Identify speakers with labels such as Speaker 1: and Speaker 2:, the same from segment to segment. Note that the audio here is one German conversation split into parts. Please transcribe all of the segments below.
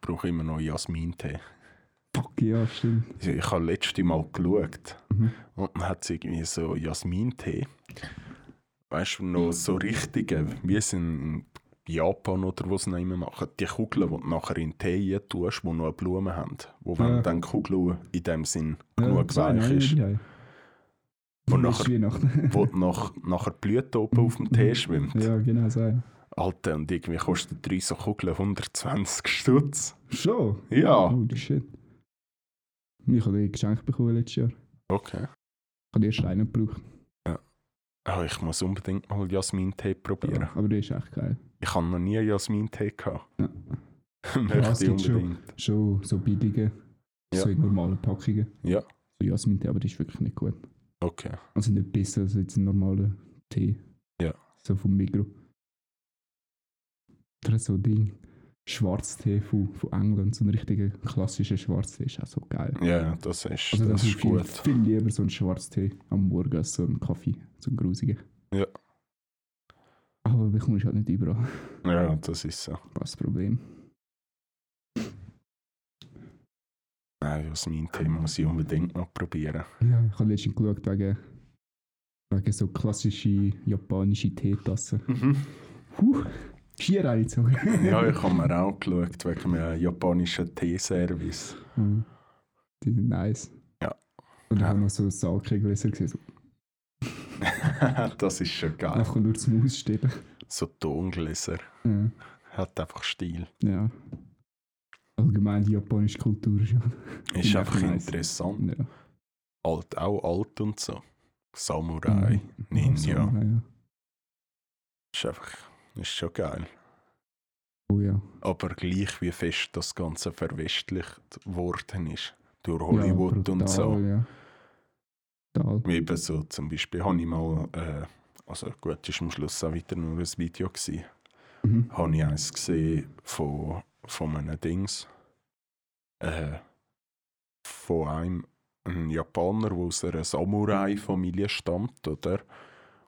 Speaker 1: brauche immer noch Jasmin-Tee.
Speaker 2: Fuck, ja, stimmt.
Speaker 1: Ich, ich habe letzte Mal geschaut
Speaker 2: Mhm.
Speaker 1: und dann hat sie irgendwie so Jasmin-Tee. Weißt du, noch so richtige, wie es in Japan oder wo sie noch immer machen, die Kugeln, die du nachher in den Tee tust, die noch eine Blume haben. Wo
Speaker 2: Ja.
Speaker 1: wenn dann die Kugel in dem Sinn genug
Speaker 2: so
Speaker 1: weich
Speaker 2: eine
Speaker 1: ist.
Speaker 2: habe ich.
Speaker 1: Und
Speaker 2: Das ist
Speaker 1: nachher,
Speaker 2: Weihnachten.
Speaker 1: wo nach, nachher die Blüte oben auf dem Tee schwimmt.
Speaker 2: Mhm. ja, genau so. eine.
Speaker 1: Alter, und irgendwie kostet drei so Kugeln 120 Stutz.
Speaker 2: Schon?
Speaker 1: Ja.
Speaker 2: Holy shit. Ich habe ein Geschenk bekommen letztes Jahr. Ich
Speaker 1: Okay.
Speaker 2: habe erst einen gebraucht.
Speaker 1: Ah, ich muss unbedingt mal Jasmin-Tee probieren.
Speaker 2: Aber der ist echt geil.
Speaker 1: Ich habe noch nie Jasmin-Tee gehabt.
Speaker 2: Ja. Ja, es
Speaker 1: Möchte ich
Speaker 2: gibt schon.
Speaker 1: unbedingt.
Speaker 2: Schon so billige,
Speaker 1: Ja.
Speaker 2: so in normalen Packungen.
Speaker 1: Ja.
Speaker 2: So Jasmin-Tee, aber das ist wirklich nicht gut.
Speaker 1: Okay.
Speaker 2: Also nicht besser als jetzt ein normaler Tee.
Speaker 1: Ja.
Speaker 2: So vom Migro. Oder so ein Ding. Schwarztee von, von England, so ein richtiger klassischer Schwarztee ist auch so geil.
Speaker 1: Ja, das ist,
Speaker 2: Also
Speaker 1: das
Speaker 2: das
Speaker 1: ist
Speaker 2: viel,
Speaker 1: gut.
Speaker 2: viel lieber so ein Schwarztee am Morgen als so ein Kaffee, so ein grusiger.
Speaker 1: Ja.
Speaker 2: Aber bekommst du halt nicht überall.
Speaker 1: Ja, das ist so.
Speaker 2: Das ist das Problem.
Speaker 1: Nein, Jasmin-Tee muss ich unbedingt noch probieren.
Speaker 2: Ja, ich habe letztens geschaut wegen, wegen so klassische japanische Teetassen. Huh, schier eingezogen.
Speaker 1: Ja, ich habe mir auch geschaut wegen einem japanischen Teeservice.
Speaker 2: Mhm. Die sind nice.
Speaker 1: Ja.
Speaker 2: Und
Speaker 1: Ja.
Speaker 2: dann haben wir so Sake-Gläser gesehen. So,
Speaker 1: das ist schon geil.
Speaker 2: einfach nur zum Ausstehen.
Speaker 1: So Tongläser.
Speaker 2: Ja.
Speaker 1: Hat einfach Stil.
Speaker 2: ja. Allgemein die japanische Kultur ist ja.
Speaker 1: Ist
Speaker 2: Finde ich
Speaker 1: einfach
Speaker 2: nice.
Speaker 1: interessant.
Speaker 2: ja.
Speaker 1: Alt, auch alt und so. Samurai,
Speaker 2: Mhm. So,
Speaker 1: Ninja.
Speaker 2: ja.
Speaker 1: Ist einfach, ist schon geil.
Speaker 2: Oh ja.
Speaker 1: Aber gleich wie fest das Ganze verwestlicht worden ist. Durch Hollywood
Speaker 2: ja,
Speaker 1: und so.
Speaker 2: brutal, Ja. Total.
Speaker 1: Eben so zum Beispiel habe ich mal, äh, also gut, ist am Schluss auch wieder nur ein Video gewesen,
Speaker 2: Mhm.
Speaker 1: habe ich eins gesehen von, von einem Dings, äh, von einem ein Japaner, der aus einer Samurai-Familie stammt, oder?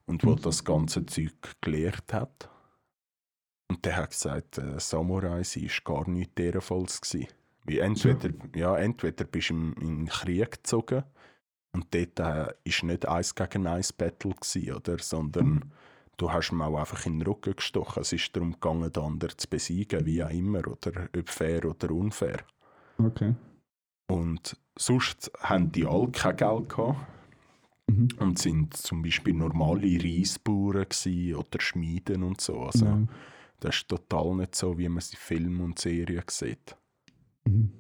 Speaker 1: Und wo
Speaker 2: Mhm.
Speaker 1: das ganze Zeug gelehrt hat. Und der hat gesagt, äh, Samurai sie ist gar nicht ehrenvolles gewesen. Wie entweder, ja, entweder bist du im, in den Krieg gezogen und dort äh, ist nicht eins gegen eins Battle gewesen, oder? Sondern du hast ihm auch einfach in den Rücken gestochen. Es ist darum gegangen, den anderen zu besiegen, wie auch immer, oder? Ob fair oder unfair.
Speaker 2: Okay.
Speaker 1: Und sonst haben die alle kein Geld gehabt
Speaker 2: Mhm.
Speaker 1: und sind zum Beispiel normale Reisbauern gewesen oder Schmieden und so. Also,
Speaker 2: Ja.
Speaker 1: das ist total nicht so, wie man es in Filmen und Serien sieht.
Speaker 2: Mhm.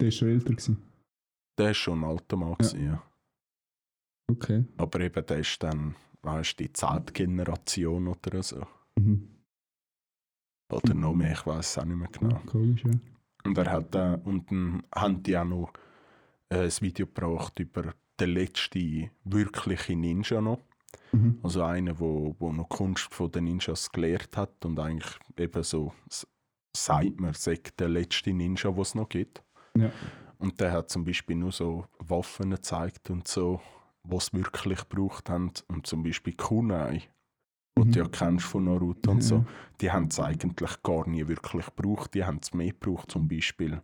Speaker 2: Der war schon älter. Gewesen.
Speaker 1: Der war schon ein alter Mann.
Speaker 2: Ja.
Speaker 1: Gewesen, ja.
Speaker 2: Okay.
Speaker 1: Aber eben, der ist dann, weißt du, die zweite Generation oder so.
Speaker 2: Mhm.
Speaker 1: Oder noch mehr, ich weiß auch nicht mehr genau.
Speaker 2: Ja, komisch, ja.
Speaker 1: Und er hat dann, und dann haben die auch noch äh, ein Video gebracht über den letzten wirklichen Ninja noch.
Speaker 2: Mhm.
Speaker 1: Also einer, wo, wo noch die Kunst von den Ninjas gelehrt hat und eigentlich eben so, s- sagt man, sagt der letzte Ninja, den es noch gibt.
Speaker 2: Ja.
Speaker 1: Und der hat zum Beispiel nur so Waffen gezeigt und so, was wirklich gebraucht haben. Und zum Beispiel Kunai, wo
Speaker 2: Mhm.
Speaker 1: du ja kennst von Naruto und so,
Speaker 2: Ja.
Speaker 1: die haben es eigentlich gar nie wirklich gebraucht. Die haben es mehr gebraucht, zum Beispiel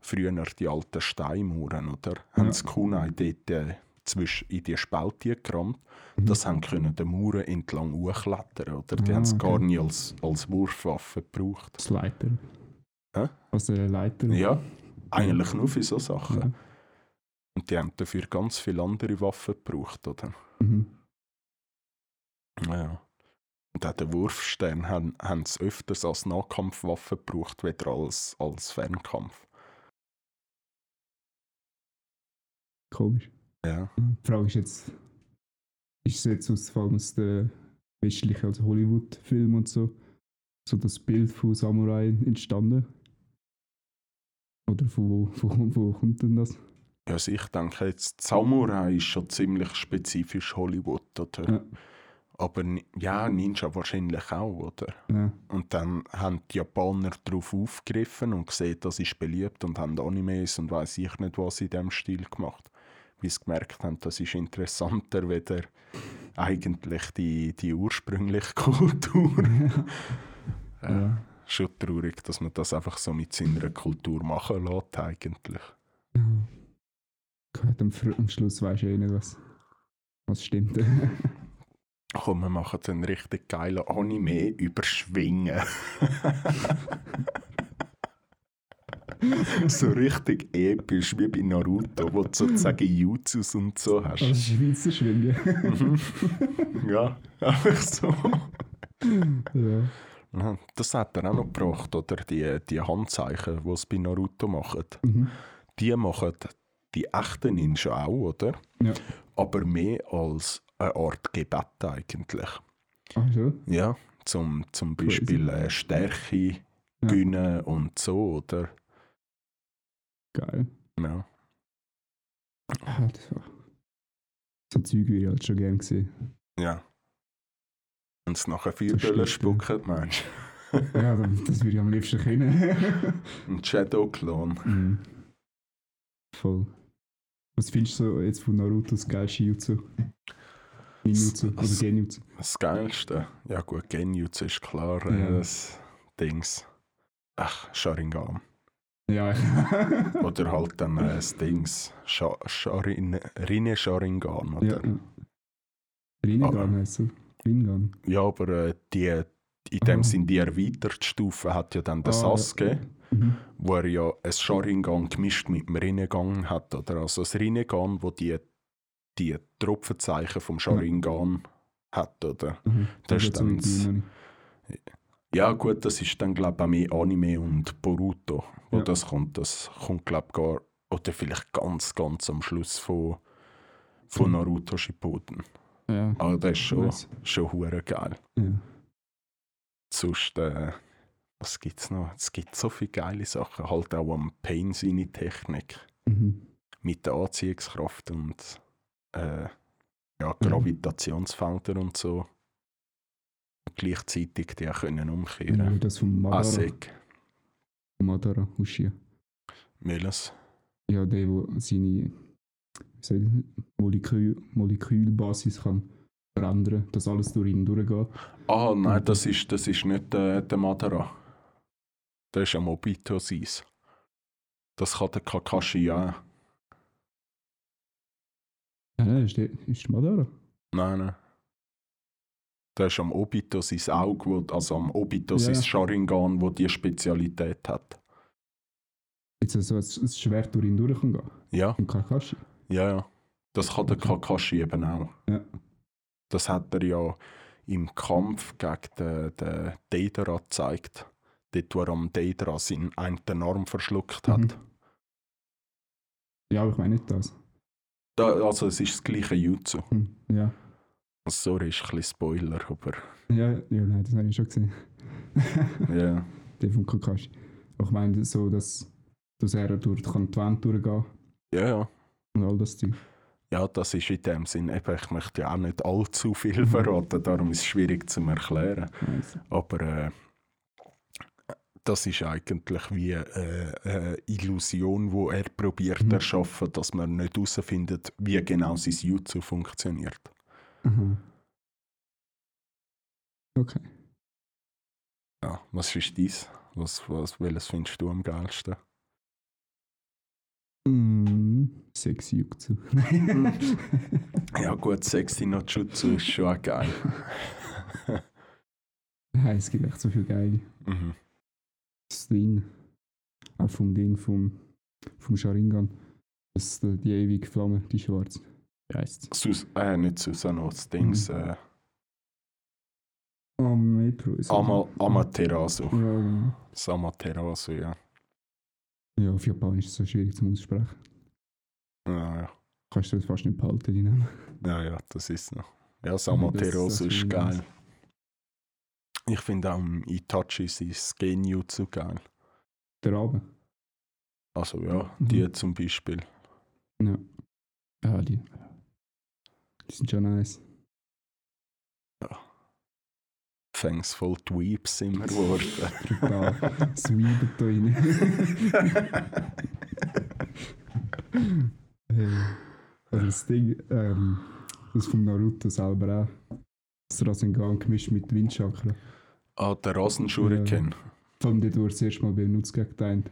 Speaker 1: früher die alten Steinmauern, oder? Haben sie Kunai dort äh, zwisch- in die Spalte gerammt.
Speaker 2: Mhm.
Speaker 1: Das haben können den Mauern entlang hochklettern, oder? Die
Speaker 2: Ah,
Speaker 1: haben es gar
Speaker 2: okay.
Speaker 1: nie als, als Wurfwaffe gebraucht.
Speaker 2: Das Leiter.
Speaker 1: Hä?
Speaker 2: Also der Leiter.
Speaker 1: Ja, eigentlich nur für so Sachen.
Speaker 2: Ja.
Speaker 1: Und die haben dafür ganz viele andere Waffen gebraucht, oder?
Speaker 2: Mhm.
Speaker 1: Ja. Und auch den Wurfstern haben, haben sie öfters als Nahkampfwaffe gebraucht, weder als, als Fernkampf.
Speaker 2: Komisch. Mhm.
Speaker 1: Ja.
Speaker 2: Die Frage ist jetzt, ist es jetzt aus, vor allem aus den westlichen, also Hollywood-Filmen und so, so das Bild von Samurai entstanden? Oder von wo, von, wo kommt denn das?
Speaker 1: Ja, Also ich denke jetzt, Samurai ist schon ziemlich spezifisch Hollywood, oder?
Speaker 2: Ja.
Speaker 1: Aber ni- ja, Ninja wahrscheinlich auch, oder?
Speaker 2: Ja.
Speaker 1: Und dann haben die Japaner darauf aufgegriffen und gesehen, das ist beliebt und haben Animes und weiß ich nicht was in dem Stil gemacht. Weil sie gemerkt haben, das ist interessanter weder eigentlich die, die ursprüngliche Kultur.
Speaker 2: ja.
Speaker 1: Schon traurig, dass man das einfach so mit seiner Kultur machen lässt, eigentlich.
Speaker 2: Ja. Gut, am, Fr- am Schluss weißt du eh nicht, was, was stimmt.
Speaker 1: Komm, wir machen einen richtig geilen Anime über Schwingen. so richtig episch, wie bei Naruto, wo du sozusagen Jutsus und so
Speaker 2: Also
Speaker 1: hast.
Speaker 2: Schweizer Schwingen.
Speaker 1: Mhm. ja, einfach so.
Speaker 2: ja.
Speaker 1: Ja, Das hat er auch noch gebracht, oder? Die, die Handzeichen, die es bei Naruto machen.
Speaker 2: Mhm.
Speaker 1: Die machen die echten Ninja auch, oder?
Speaker 2: Ja.
Speaker 1: Aber mehr als eine Art Gebet eigentlich.
Speaker 2: Ach so.
Speaker 1: Ja, zum, zum
Speaker 2: Crazy.
Speaker 1: Beispiel äh, Stärke
Speaker 2: Ja.
Speaker 1: gönnen und so, oder?
Speaker 2: Geil.
Speaker 1: Ja.
Speaker 2: Ah, das war... So Zeug würde ich halt schon gern sehen.
Speaker 1: ja. Wenn es nachher
Speaker 2: stimmt, ja.
Speaker 1: Feuerbälle spuckt, meinst
Speaker 2: Ja, das das würde ich am liebsten können.
Speaker 1: du? Ein Shadow-Clone.
Speaker 2: Mhm. Voll. Was findest du so jetzt von Naruto das geilste Jutsu? Ninjutsu oder
Speaker 1: S-
Speaker 2: Genjutsu?
Speaker 1: Das Geilste. Ja gut, Genjutsu ist klar.
Speaker 2: Ja.
Speaker 1: Äh, das Dings. Ach, Sharingan.
Speaker 2: Ja,
Speaker 1: Oder halt dann äh, das Dings. Scha Sharin Rine Sharingan,
Speaker 2: ja.
Speaker 1: oder? Ja,
Speaker 2: ja. Rinnegan
Speaker 1: Aber-
Speaker 2: heisst er. Rinnegan.
Speaker 1: aber äh, die, in dem
Speaker 2: Ah.
Speaker 1: Sinn, die erweiterte Stufe hat ja dann der Sasuke.
Speaker 2: Mhm.
Speaker 1: wo er ja ein Sharingan gemischt mit dem Rinnegan hat. Oder? Also das Rinnegan, wo die, die Tropfenzeichen vom Sharingan hat. Oder?
Speaker 2: Mhm.
Speaker 1: Das ist
Speaker 2: Das habe ich
Speaker 1: dann-
Speaker 2: noch nicht.
Speaker 1: Ja gut, das ist dann glaube ich auch mehr Anime und Boruto, wo
Speaker 2: Ja.
Speaker 1: das kommt. Das kommt glaube ich gar, oder vielleicht ganz, ganz am Schluss von, von Naruto Shippuden.
Speaker 2: Ja.
Speaker 1: Aber das ist schon,
Speaker 2: Nice.
Speaker 1: schon hure geil.
Speaker 2: ja.
Speaker 1: Sonst, äh, was gibt es noch? Es gibt so viele geile Sachen, halt auch am Pain seine Technik.
Speaker 2: Mhm.
Speaker 1: mit der Anziehungskraft und äh, ja, Gravitationsfeldern und so gleichzeitig die auch können
Speaker 2: Ja.
Speaker 1: umkehren. Ah,
Speaker 2: Das von Madara.
Speaker 1: Asek,
Speaker 2: Madara Ushia.
Speaker 1: Meles.
Speaker 2: Ja, der, der seine wie soll ich sagen, Molekül Molekülbasis kann verändern, dass alles durch ihn durchgeht.
Speaker 1: Ah, nein, das ist, das ist nicht äh, der Madara. Das ist ein Mobito seins. Das kann der Kakashi ja.
Speaker 2: Nein, nein, ist, der, ist Madara.
Speaker 1: Nein, nein. Das ist am Obito sein Auge, wo, also am Obito
Speaker 2: Ja.
Speaker 1: sein Sharingan, wo die Spezialität hat.
Speaker 2: Jetzt so ein, ein Schwert durch ihn durch kann gehen.
Speaker 1: Ja.
Speaker 2: Und Kakashi.
Speaker 1: Ja, ja. Das kann der Kakashi eben auch.
Speaker 2: Ja.
Speaker 1: Das hat er ja im Kampf gegen den, den Deidara gezeigt. Dort, wo er am Deidara seinen einen Arm verschluckt hat.
Speaker 2: Mhm. Ja, aber ich meine nicht das.
Speaker 1: Da, also, es ist das gleiche Jutsu. Also,
Speaker 2: Hm. Ja.
Speaker 1: Sorry, ist ein bisschen Spoiler, aber.
Speaker 2: ja. Ja, nein, das habe ich schon gesehen.
Speaker 1: Ja.
Speaker 2: Der von Kakashi. Aber ich meine so, dass, dass er durch die Wand durchgehen kann
Speaker 1: Ja, ja.
Speaker 2: und all das Zeug.
Speaker 1: Ja, das ist in dem Sinn eben, ich möchte ja auch nicht allzu viel verraten, darum ist es schwierig zu erklären.
Speaker 2: Nice.
Speaker 1: Aber äh, das ist eigentlich wie äh, eine Illusion, wo er probiert
Speaker 2: Mhm.
Speaker 1: erschaffen, dass man nicht herausfindet, wie genau sein Jutsu funktioniert.
Speaker 2: Aha. Mhm. Okay.
Speaker 1: Ja, was ist dies? Was, was, welches findest du am geilsten?
Speaker 2: Mm. Sexy Jutsu.
Speaker 1: Ja gut, Sexy no Jutsu ist schon auch geil.
Speaker 2: Nein, es gibt echt so viel geile.
Speaker 1: mhm.
Speaker 2: Das Ding. Auch vom Ding vom, vom Sharingan. Das, die ewige Flamme, die schwarze. Wie heisst's?
Speaker 1: Sus äh, nicht Susano, das Dings.
Speaker 2: Mhm.
Speaker 1: Äh,
Speaker 2: Am Metro ist
Speaker 1: Ama
Speaker 2: es.
Speaker 1: Amaterasu.
Speaker 2: Ja, genau.
Speaker 1: Das Amaterasu, ja.
Speaker 2: ja, auf Japanisch ist es so schwierig zum Aussprechen.
Speaker 1: Ja, ja.
Speaker 2: Kannst du das fast nicht behalten, die Namen.
Speaker 1: ja, ja das ist noch. Ja, das
Speaker 2: Ja, das-
Speaker 1: Amaterasu
Speaker 2: das
Speaker 1: ist
Speaker 2: finde ich
Speaker 1: geil.
Speaker 2: nice.
Speaker 1: Ich finde auch im Itachi sein Genjutsu geil.
Speaker 2: Der Rabe.
Speaker 1: Also ja,
Speaker 2: Mhm.
Speaker 1: die zum Beispiel.
Speaker 2: Ja, Ah, die. Die sind schon nice.
Speaker 1: Thanks voll Dweebs immer geworden.
Speaker 2: Brutal. Sweeben da rein. hey. Oder Äh, also das Ding, ähm, das vom Naruto selber auch. Das Rasengan gemischt mit Windchakra.
Speaker 1: ah, der Rasenschuriken.
Speaker 2: Vor allem dort, wo er das erste Mal benutzt gegen den einen.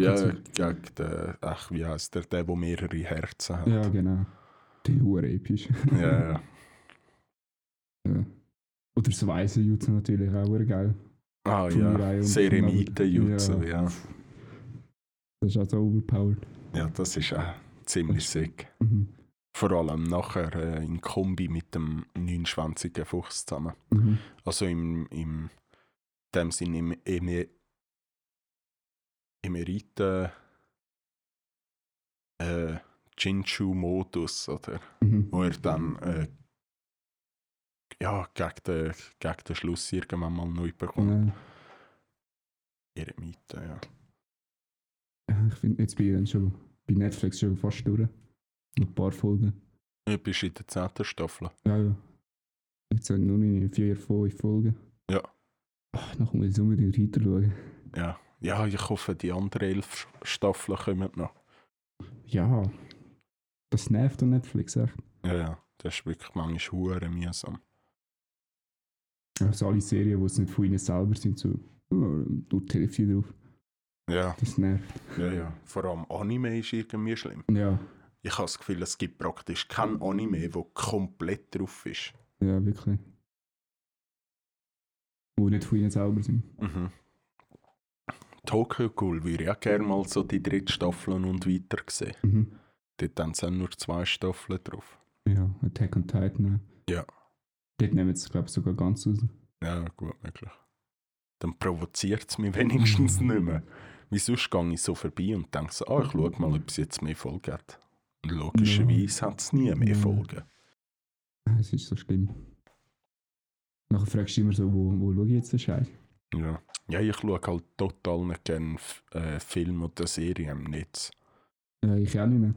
Speaker 1: Ja,
Speaker 2: Abzug.
Speaker 1: gegen den, ach, wie heißt der, der, der mehrere Herzen hat.
Speaker 2: ja, genau. Die Hure episch.
Speaker 1: ja, ja.
Speaker 2: Ja. Oder das weiße Jutsu natürlich auch hure geil.
Speaker 1: Ah
Speaker 2: Von Mirai
Speaker 1: ja,
Speaker 2: und
Speaker 1: Seremiten-Jutsu,
Speaker 2: von-
Speaker 1: ja.
Speaker 2: Das ist auch so overpowered.
Speaker 1: Ja, das ist auch ziemlich sick.
Speaker 2: Mhm.
Speaker 1: Vor allem nachher äh, in Kombi mit dem neunschwänzigen Fuchs zusammen.
Speaker 2: Mhm.
Speaker 1: Also im, im dem Sinn im Eme, Emeriten äh, Jinchu-Modus, oder?
Speaker 2: Mhm.
Speaker 1: Wo er dann äh, ja, gegen den, gegen den Schluss irgendwann mal neu bekommt.
Speaker 2: Ja.
Speaker 1: Eremiten, ja.
Speaker 2: Ja, Ich finde, jetzt bin ich dann schon bei Netflix schon fast durch. Noch ein paar Folgen.
Speaker 1: Du bist in der zehnten Staffel.
Speaker 2: Ja, ja. Jetzt sind nur noch vier, fünf Folgen.
Speaker 1: Ja.
Speaker 2: Ach, noch muss ich unbedingt weiter schauen.
Speaker 1: Ja. ja, ich hoffe, die anderen elf Staffeln kommen noch.
Speaker 2: Ja. Das nervt an Netflix, echt.
Speaker 1: Ja, ja. Das ist wirklich manchmal hure mühsam.
Speaker 2: Also alle Serien, die es nicht von ihnen selber sind, so oh, durch die Hälfte drauf.
Speaker 1: Ja,
Speaker 2: Das nervt.
Speaker 1: ja, ja. Vor allem Anime ist irgendwie schlimm.
Speaker 2: Ja,
Speaker 1: Ich habe das Gefühl, es gibt praktisch kein Anime, wo komplett drauf ist.
Speaker 2: ja, wirklich. Die nicht von ihnen selber sind.
Speaker 1: Mhm. Tokyo Ghoul würde ich auch gerne mal so die dritte Staffel und weiter sehen.
Speaker 2: Mhm.
Speaker 1: Dort haben sie auch nur zwei Staffeln drauf.
Speaker 2: Ja, Attack on Titan.
Speaker 1: Ja.
Speaker 2: Dort nehmen sie es, glaube ich, sogar ganz raus.
Speaker 1: Ja, gut möglich. Dann provoziert es mich wenigstens nicht mehr. Weil sonst gehe ich so vorbei und denke so, ah, ich schaue mal, ob es jetzt mehr Folgen hat. Und logischerweise hat es nie mehr
Speaker 2: Ja.
Speaker 1: Folgen.
Speaker 2: Ah, Es ist so schlimm. Nachher fragst du immer so, wo, wo schaue ich jetzt den Scheiß?
Speaker 1: Ja. ja, ich schaue halt total nicht gerne F- äh, Film oder Serie im Netz.
Speaker 2: Ja, Äh, ich auch nicht mehr.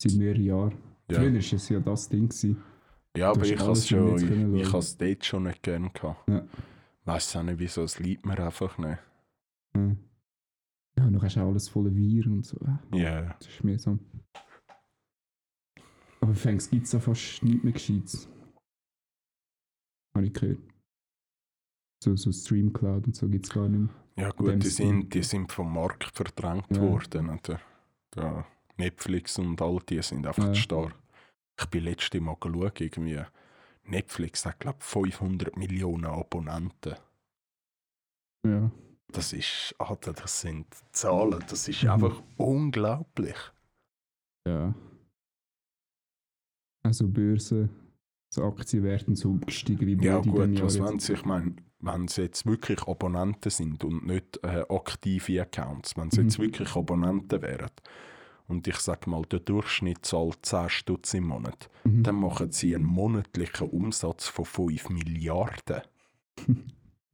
Speaker 2: Seit mehreren Jahren.
Speaker 1: Ja,
Speaker 2: Früher war es ja das Ding. Gewesen.
Speaker 1: ja aber
Speaker 2: hast
Speaker 1: ich habe
Speaker 2: alles
Speaker 1: es
Speaker 2: im
Speaker 1: schon,
Speaker 2: Netz können
Speaker 1: ich, ich
Speaker 2: schauen.
Speaker 1: habe es dort schon nicht gerne gehabt.
Speaker 2: Ja.
Speaker 1: Weiss auch nicht, wieso, es liebt mir einfach nicht.
Speaker 2: Ja, ja und dann hast du auch alles voller Viren und so. Ah,
Speaker 1: Ja,
Speaker 2: Das ist mir so. Aber fängst gibt es ja fast nichts mehr Gescheites. Habe ich gehört. So, so Streamcloud und so gibt es gar nicht mehr.
Speaker 1: ja gut,
Speaker 2: Dem
Speaker 1: die
Speaker 2: Stil.
Speaker 1: sind, die sind vom Markt verdrängt
Speaker 2: Ja.
Speaker 1: worden. Oder? Ja, Netflix und all die sind einfach
Speaker 2: Ja.
Speaker 1: starr. Ich bin letztes Mal geschaut, irgendwie. Netflix hat, glaube ich, 500 Millionen Abonnenten.
Speaker 2: Ja.
Speaker 1: Das ist, Alter, das sind Zahlen, das ist
Speaker 2: Mhm.
Speaker 1: einfach unglaublich.
Speaker 2: Ja. Also Börse, so Aktienwerten so gestiegen wie
Speaker 1: Ja,
Speaker 2: blöd in
Speaker 1: gut,
Speaker 2: diesem
Speaker 1: was
Speaker 2: Jahr
Speaker 1: wenn
Speaker 2: jetzt.
Speaker 1: sie, ich meine, wenn sie jetzt wirklich Abonnenten sind und nicht äh, aktive Accounts, wenn sie
Speaker 2: Mhm.
Speaker 1: jetzt wirklich Abonnenten wären und ich sage mal, der Durchschnitt zahlt 10 Stutz im Monat,
Speaker 2: Mhm.
Speaker 1: dann machen sie einen monatlichen Umsatz von 5 Milliarden.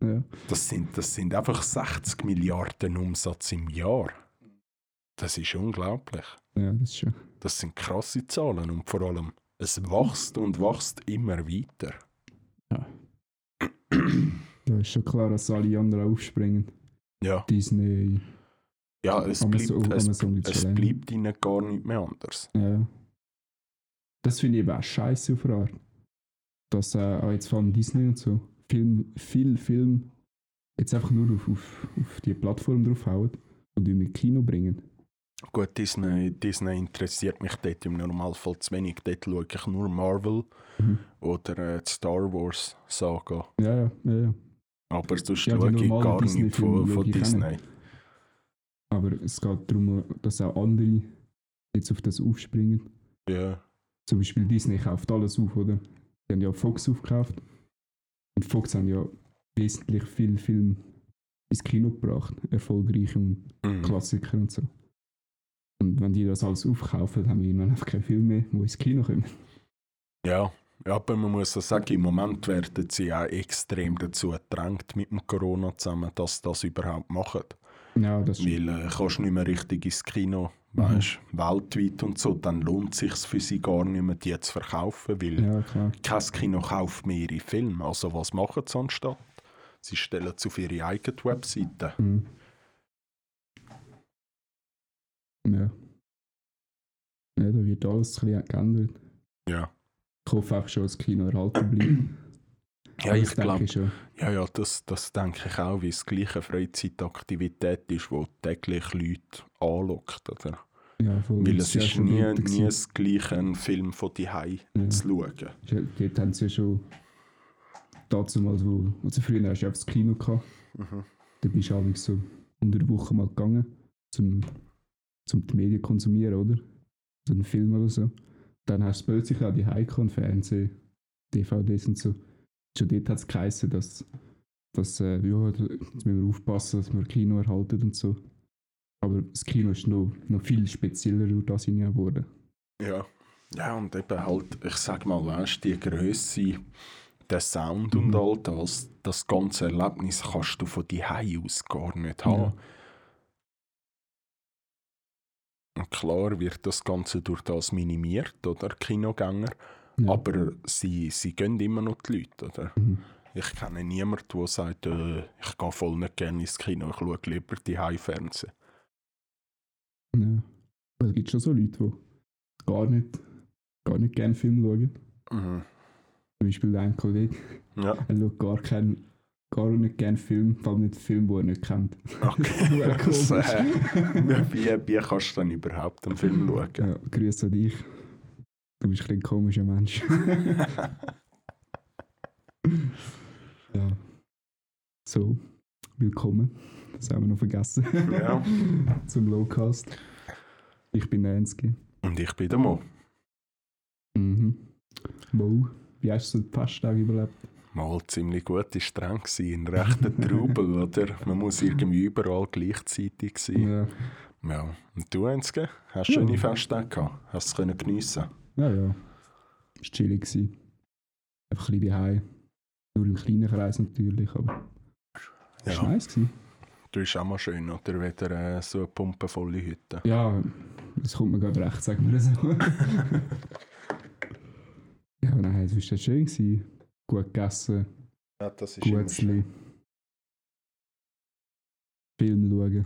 Speaker 2: Ja.
Speaker 1: Das sind, das sind einfach 60 Milliarden Umsatz im Jahr. Das ist unglaublich.
Speaker 2: ja, das ist schon.
Speaker 1: Das sind krasse Zahlen und vor allem, es wächst und wächst immer weiter.
Speaker 2: Da ist schon klar, dass alle anderen aufspringen.
Speaker 1: Ja,
Speaker 2: Disney,
Speaker 1: ja Ah, es, bleibt,
Speaker 2: Amazon,
Speaker 1: es
Speaker 2: Amazon gibt's
Speaker 1: Es
Speaker 2: schon länger.
Speaker 1: bleibt ihnen gar nicht mehr anders.
Speaker 2: Ja. Das finde ich eben auch scheiße auf eine Art. Dass äh, auch jetzt vor allem Disney und so Film, viel Film jetzt einfach nur auf, auf, auf die Plattform draufhauen und in mit Kino bringen.
Speaker 1: Gut, Disney, Disney interessiert mich dort im Normalfall zu wenig. Dort schaue ich nur Marvel
Speaker 2: Mhm.
Speaker 1: oder äh, die Star Wars Saga.
Speaker 2: Ja, ja, ja, ja.
Speaker 1: Aber sonst
Speaker 2: Ja, die
Speaker 1: schaue ich
Speaker 2: normalen
Speaker 1: gar nicht
Speaker 2: Disney-Filme
Speaker 1: von,
Speaker 2: schaue
Speaker 1: von
Speaker 2: ich auch
Speaker 1: Disney.
Speaker 2: Aber es geht darum, dass auch andere jetzt auf das aufspringen.
Speaker 1: Ja,
Speaker 2: Zum Beispiel Disney kauft alles auf, oder? Die haben ja Fox aufgekauft. Und Fox haben ja wesentlich viel Film ins Kino gebracht. Erfolgreich und
Speaker 1: mhm.
Speaker 2: Klassiker und so. Und wenn die das alles aufkaufen, haben wir irgendwann einfach keinen Film mehr, wo ins Kino kommen.
Speaker 1: ja. ja aber man muss auch sagen, im Moment werden sie auch extrem dazu gedrängt mit dem Corona zusammen, dass sie das überhaupt machen.
Speaker 2: Ja, das
Speaker 1: Weil äh, kannst nicht mehr richtig ins Kino,
Speaker 2: Mhm.
Speaker 1: weißt, weltweit und so, dann lohnt es sich für sie gar nicht mehr, die zu verkaufen, weil
Speaker 2: Ja, klar.
Speaker 1: kein Kino kauft mehr ihre Filme. Also was machen sie anstatt? Sie stellen es auf ihre eigene Webseite.
Speaker 2: Mhm. Ja. Ja, da wird alles ein bisschen geändert.
Speaker 1: Ja.
Speaker 2: Ich hoffe auch schon, dass das Kino erhalten bleibt.
Speaker 1: Ja,
Speaker 2: Das
Speaker 1: ich
Speaker 2: denke
Speaker 1: glaube,
Speaker 2: schon.
Speaker 1: ja, ja, das, das denke ich auch, weil es gleich eine Freizeitaktivität ist, die täglich Leute anlockt. Oder?
Speaker 2: Ja, voll.
Speaker 1: Weil
Speaker 2: Das
Speaker 1: es
Speaker 2: ja
Speaker 1: ist
Speaker 2: schon
Speaker 1: nie,
Speaker 2: dort
Speaker 1: nie
Speaker 2: gewesen.
Speaker 1: das gleiche, einen Film von daheim
Speaker 2: Ja.
Speaker 1: zu schauen.
Speaker 2: Ja, Dort haben sie ja schon dazu mal so, also früher hast du ja aufs Kino gehabt,
Speaker 1: Mhm.
Speaker 2: da bist du abends so unter der Woche mal gegangen, zum, zum die Medien konsumieren, oder? So einen Film oder so. Dann hast du plötzlich auch die Heiko und Fernsehen, DVDs und so. Schon dort hat es geheißen, dass, dass äh, ja, da- jetzt müssen wir aufpassen, dass wir Kino erhalten und so. Aber das Kino ist noch, noch viel spezieller durch das hinein geworden.
Speaker 1: Ja. Ja, und eben halt, ich sag mal, weißt die Größe, der Sound
Speaker 2: Mhm.
Speaker 1: und all das, das ganze Erlebnis kannst du von daheim aus gar nicht haben. Und klar wird das Ganze durch das minimiert, oder? Kinogänger.
Speaker 2: Ja.
Speaker 1: Aber äh, sie, sie gehen immer noch die Leute, oder?
Speaker 2: Mhm.
Speaker 1: Ich kenne niemanden, der sagt, äh, ich gehe voll nicht gerne ins Kino, ich schaue lieber die Fernsehen.
Speaker 2: Ja. Aber es gibt schon so Leute, die gar nicht, gar nicht gerne Filme schauen.
Speaker 1: Mhm.
Speaker 2: Zum Beispiel ein Kollege,
Speaker 1: Ja,
Speaker 2: er schaut gar, keinen, gar nicht gerne Filme, vor allem nicht Filme, die er nicht kennt.
Speaker 1: okay.
Speaker 2: Sehr komisch.
Speaker 1: so, äh, wie, wie kannst du denn überhaupt einen Film schauen?
Speaker 2: ja, grüß an dich. Du bist ein bisschen komischer Mensch. ja. So, willkommen. Das haben wir noch vergessen.
Speaker 1: Ja.
Speaker 2: Zum Lowcast. Ich bin der Ensky.
Speaker 1: Und ich bin der Mo.
Speaker 2: Mhm. Mo, wie hast du den Festtag überlebt?
Speaker 1: Mal ziemlich gut, ist streng gewesen, ein rechter Trubel, oder? Man muss irgendwie überall gleichzeitig sein.
Speaker 2: Ja.
Speaker 1: Ja. Und du, Enske, hast du
Speaker 2: Ja.
Speaker 1: schöne Festtage gehabt? Hast du es können geniessen
Speaker 2: Ja, ja. Es war chillig. gewesen. Einfach ein bisschen daheim. Nur im kleinen Kreis natürlich, aber es war
Speaker 1: Ja.
Speaker 2: nice. Gewesen.
Speaker 1: Du bist auch mal schön, oder? Wieder äh, so eine pumpenvolle Hütte.
Speaker 2: Ja, das kommt mir gerade recht, sagen wir so. ja, nein, es war schon schön. Gewesen. Gut gegessen,
Speaker 1: Ja, das ist
Speaker 2: Gutzli. Film schauen.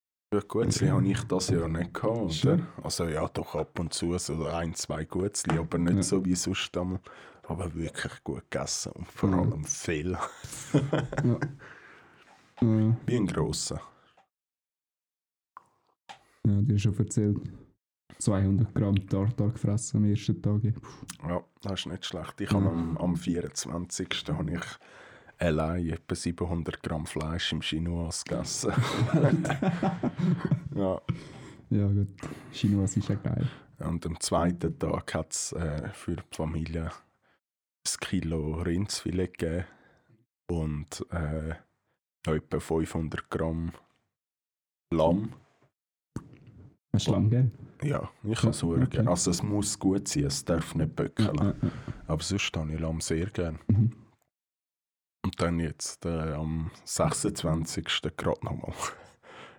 Speaker 1: Gut, Gutzli habe ich das Jahr nicht gehabt,
Speaker 2: Schön.
Speaker 1: oder? Also ja, doch ab und zu so ein, zwei Gutzli, aber nicht
Speaker 2: Ja.
Speaker 1: so wie sonst einmal. Aber wirklich gut gegessen und vor
Speaker 2: Ja.
Speaker 1: allem viel.
Speaker 2: ja. Äh,
Speaker 1: Wie ein grosser.
Speaker 2: ja, dir schon erzählt. 200 Gramm Tartar gefressen am ersten Tag. Puh,
Speaker 1: Ja, das ist nicht schlecht. Ich habe am, am 24. habe ich allein etwa 700 Gramm Fleisch im Chinois gegessen. ja.
Speaker 2: Ja, gut. Chinois ist ja geil.
Speaker 1: Und am zweiten Tag hat es äh, für die Familie ein Kilo Rindsfilet gegeben und äh, noch etwa 500 Gramm Lamm.
Speaker 2: Hast du Lamm gern?
Speaker 1: Ja, ich kann es
Speaker 2: Ja,
Speaker 1: okay.
Speaker 2: okay.
Speaker 1: gerne. Also es muss gut sein, es darf nicht böckeln.
Speaker 2: Ja, ja,
Speaker 1: Aber sonst habe ich Lamm sehr gerne.
Speaker 2: ja. Mhm.
Speaker 1: Und dann jetzt äh, am 26. gerade nochmal.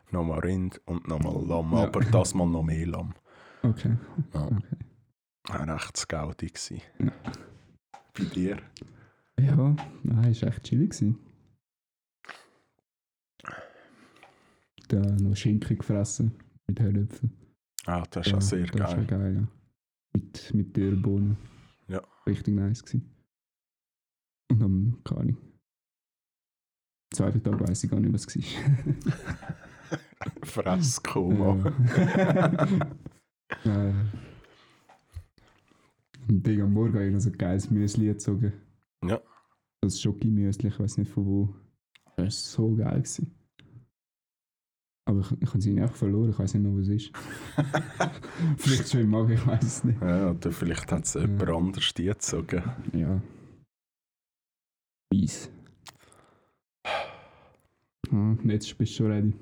Speaker 1: nochmal Rind und nochmal Lamm,
Speaker 2: Ja.
Speaker 1: aber das mal noch mehr Lamm.
Speaker 2: Okay.
Speaker 1: Ja.
Speaker 2: okay.
Speaker 1: War Recht zu gaudi gsi.
Speaker 2: Ja.
Speaker 1: Bei dir?
Speaker 2: Ja, nein, es war echt chillig. gewesen. Dann noch Schinken gefressen mit Hörnöpfen.
Speaker 1: Ah, das ist auch sehr
Speaker 2: Das war
Speaker 1: geil.
Speaker 2: geil, ja. Mit, mit Dürrbohnen.
Speaker 1: Ja.
Speaker 2: Richtig nice gewesen. Und am, keine Ahnung. Am zweiten Tag weiss ich gar nicht, was es war.
Speaker 1: Fresskoma.
Speaker 2: Ja. Am Ding am Morgen habe ich noch so ein geiles Müsli gezogen.
Speaker 1: Ja.
Speaker 2: Das Schoki-Müsli, ich weiß nicht von wo. Das war so geil. Gewesen. Aber ich, ich habe sie einfach verloren, ich weiß nicht mehr, was es ist. Vielleicht schon im Magen, ich weiß es nicht.
Speaker 1: ja, oder vielleicht hat es jemand anders die gezogen.
Speaker 2: Ja. Weiss. Ah, jetzt bist du schon ready.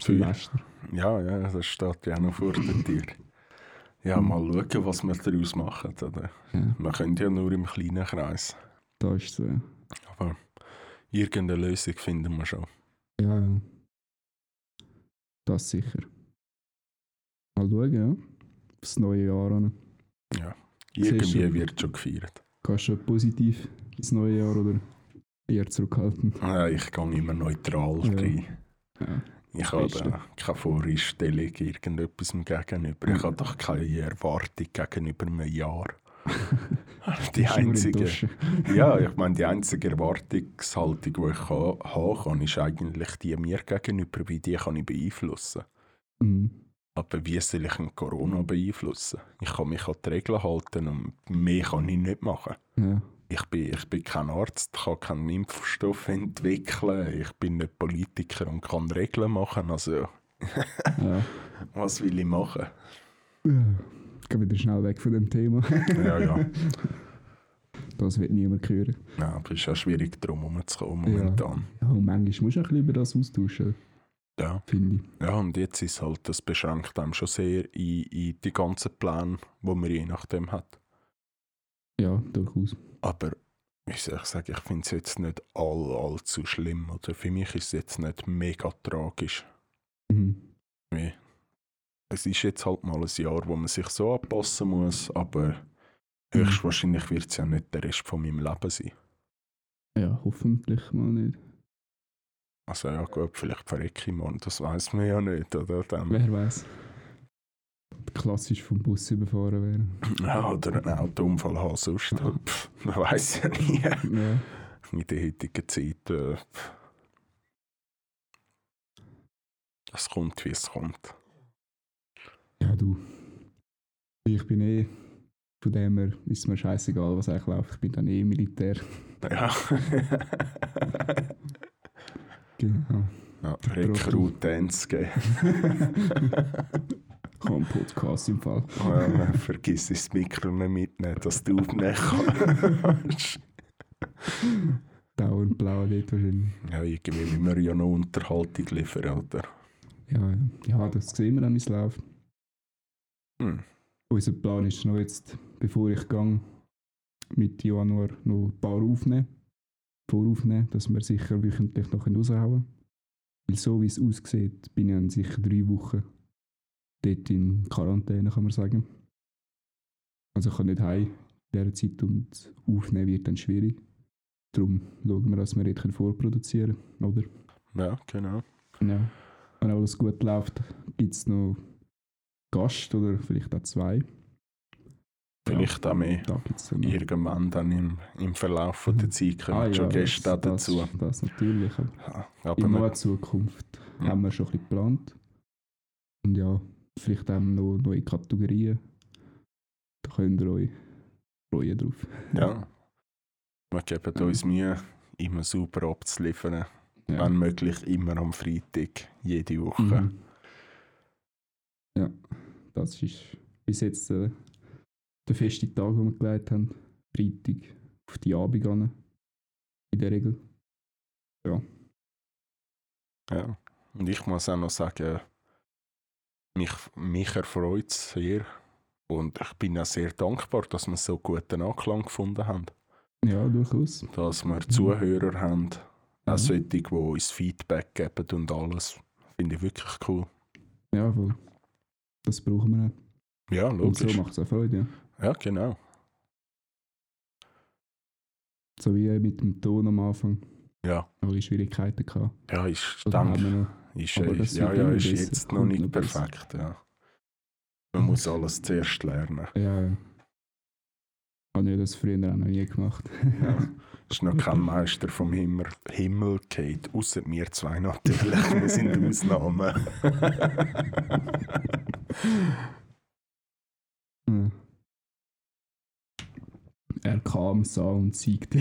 Speaker 1: Für-
Speaker 2: Silvester.
Speaker 1: Ja, ja, das steht ja auch noch vor der Tür. Ja,
Speaker 2: Hm.
Speaker 1: mal schauen, was wir daraus machen. Oder?
Speaker 2: Ja,
Speaker 1: Wir können ja nur im kleinen Kreis.
Speaker 2: da ist es. Äh,
Speaker 1: Aber irgendeine Lösung finden wir schon.
Speaker 2: Ja, ja. Ähm, Das sicher. Mal schauen, ja. Aufs neue Jahr an. Sehr
Speaker 1: Irgendwie
Speaker 2: schön.
Speaker 1: wird schon gefeiert.
Speaker 2: Gehst du positiv ins neue Jahr oder eher zurückhaltend? Ähm,
Speaker 1: Ja, ich gehe immer neutral
Speaker 2: Ja.
Speaker 1: rein.
Speaker 2: Ja.
Speaker 1: Ich habe
Speaker 2: Beste.
Speaker 1: da keine Voreinstellung irgendetwas gegenüber. Ich habe doch keine Erwartung gegenüber einem Jahr. Die
Speaker 2: Ist nur in
Speaker 1: einzige,
Speaker 2: Dusche.
Speaker 1: ja, ich meine, die einzige Erwartungshaltung, die ich ha- haben kann, ist eigentlich die mir gegenüber, wie die kann ich beeinflussen.
Speaker 2: Mhm.
Speaker 1: Aber wie soll ich ein Corona beeinflussen? Ich kann mich an die Regeln halten und mehr kann ich nicht machen.
Speaker 2: Ja.
Speaker 1: Ich bin, ich bin kein Arzt, kann keinen Impfstoff entwickeln, ich bin nicht Politiker und kann Regeln machen. Also,
Speaker 2: ja.
Speaker 1: was will ich machen?
Speaker 2: Ja. Ich gehe wieder schnell weg von dem Thema.
Speaker 1: Ja, ja.
Speaker 2: Das wird niemand hören.
Speaker 1: Nein, aber es ist ja schwierig, darum herumzukommen
Speaker 2: Ja.
Speaker 1: momentan.
Speaker 2: Ja, und manchmal musst du auch ein bisschen über das austauschen,
Speaker 1: Ja.
Speaker 2: finde ich.
Speaker 1: Ja, und jetzt ist halt, das beschränkt einem schon sehr in, in die ganzen Pläne, die man je nachdem hat.
Speaker 2: Ja, durchaus.
Speaker 1: Aber wie soll ich sagen, ich finde es jetzt nicht all, allzu schlimm. Oder für mich ist es jetzt nicht mega tragisch.
Speaker 2: Mhm.
Speaker 1: Es ist jetzt halt mal ein Jahr, wo man sich so anpassen muss, aber
Speaker 2: Mhm.
Speaker 1: höchstwahrscheinlich wird es ja nicht der Rest von meinem Leben sein.
Speaker 2: Ja, hoffentlich mal nicht.
Speaker 1: Also ja gut, vielleicht verrecke ich morgen, das weiß man ja nicht, oder? Dann,
Speaker 2: Wer weiß. Klassisch vom Bus überfahren werden.
Speaker 1: ja, oder einen Autounfall haben, sonst, pff, man weiß ja nie.
Speaker 2: Ja.
Speaker 1: in der heutigen Zeit. Äh, pff. es kommt, wie es kommt.
Speaker 2: ja, du. Ich bin eh. Von dem her ist mir scheißegal, was eigentlich läuft. Ich bin dann eh Militär.
Speaker 1: Ja.
Speaker 2: Genau.
Speaker 1: ja Rekrutenz geben.
Speaker 2: Kein Podcast im Fall.
Speaker 1: Oh, Ah, ja, vergiss das Mikro nicht mitnehmen, dass du nicht kannst.
Speaker 2: Dauernd blau dort wahrscheinlich.
Speaker 1: ja, irgendwie müssen wir ja noch Unterhaltung liefern, oder?
Speaker 2: Ja, ja. ja, das sehen wir dann, wie es läuft.
Speaker 1: Hm.
Speaker 2: Unser Plan ist noch jetzt, bevor ich gehe, mit Januar noch ein paar aufnehmen. Voraufnehmen, dass wir sicher wöchentlich noch raushauen können. Weil so wie es aussieht, bin ich dann sicher drei Wochen dort in Quarantäne, kann man sagen. Also ich kann nicht heim in dieser Zeit und aufnehmen wird dann schwierig. Darum schauen wir, dass wir dort vorproduzieren können, oder?
Speaker 1: Ja, genau.
Speaker 2: Ja. Wenn alles gut läuft, gibt es noch Gast oder vielleicht auch zwei.
Speaker 1: Vielleicht auch mehr.
Speaker 2: Da gibt's dann noch. Ah,
Speaker 1: Irgendwann dann im, im Verlauf von der Zeit kommen schon Gäste
Speaker 2: das,
Speaker 1: dazu.
Speaker 2: Das, das natürlich. Aber
Speaker 1: Aber
Speaker 2: in
Speaker 1: wir-
Speaker 2: naher Zukunft
Speaker 1: Ja.
Speaker 2: haben wir schon ein bisschen geplant. Und ja, vielleicht haben wir noch neue Kategorien. Da könnt ihr euch freuen drauf.
Speaker 1: Ja. Wir geben
Speaker 2: Ja.
Speaker 1: uns Mühe, immer super abzuliefern.
Speaker 2: Ja.
Speaker 1: Wenn möglich, immer am Freitag, jede Woche.
Speaker 2: Mhm. Ja, das ist bis jetzt äh, der feste Tag, den wir gelegt haben. Freitag auf die Abend hin. In der Regel.
Speaker 1: Ja. Und ich muss auch noch sagen, mich, mich erfreut es sehr. Und ich bin auch sehr dankbar, dass wir so guten Anklang gefunden haben.
Speaker 2: Ja, durchaus.
Speaker 1: Dass wir Zuhörer haben,
Speaker 2: Mhm.
Speaker 1: auch solche, die uns Feedback geben und alles. Finde ich wirklich cool.
Speaker 2: Ja, voll. Das brauchen wir auch.
Speaker 1: Ja,
Speaker 2: Und
Speaker 1: logisch.
Speaker 2: so macht es auch Freude. Ja.
Speaker 1: ja, genau.
Speaker 2: So wie äh, mit dem Ton am Anfang.
Speaker 1: Ja.
Speaker 2: Alle Schwierigkeiten gehabt.
Speaker 1: Ja, ich
Speaker 2: Oder
Speaker 1: danke.
Speaker 2: haben wir noch-
Speaker 1: Ist,
Speaker 2: Aber das
Speaker 1: ist, ja,
Speaker 2: wird
Speaker 1: ja,
Speaker 2: immer
Speaker 1: ist
Speaker 2: besser.
Speaker 1: jetzt noch
Speaker 2: Kommt
Speaker 1: nicht
Speaker 2: noch besser.
Speaker 1: perfekt. Ja. Man muss alles zuerst lernen.
Speaker 2: Ja, ja. Habe ich das früher auch noch nie gemacht.
Speaker 1: Ja. Ist noch kein Meister vom Himmel, Himmel geht, außer mir zwei natürlich. Wir sind Ausnahmen.
Speaker 2: Ja. Hm. Er kam, sah und siegte.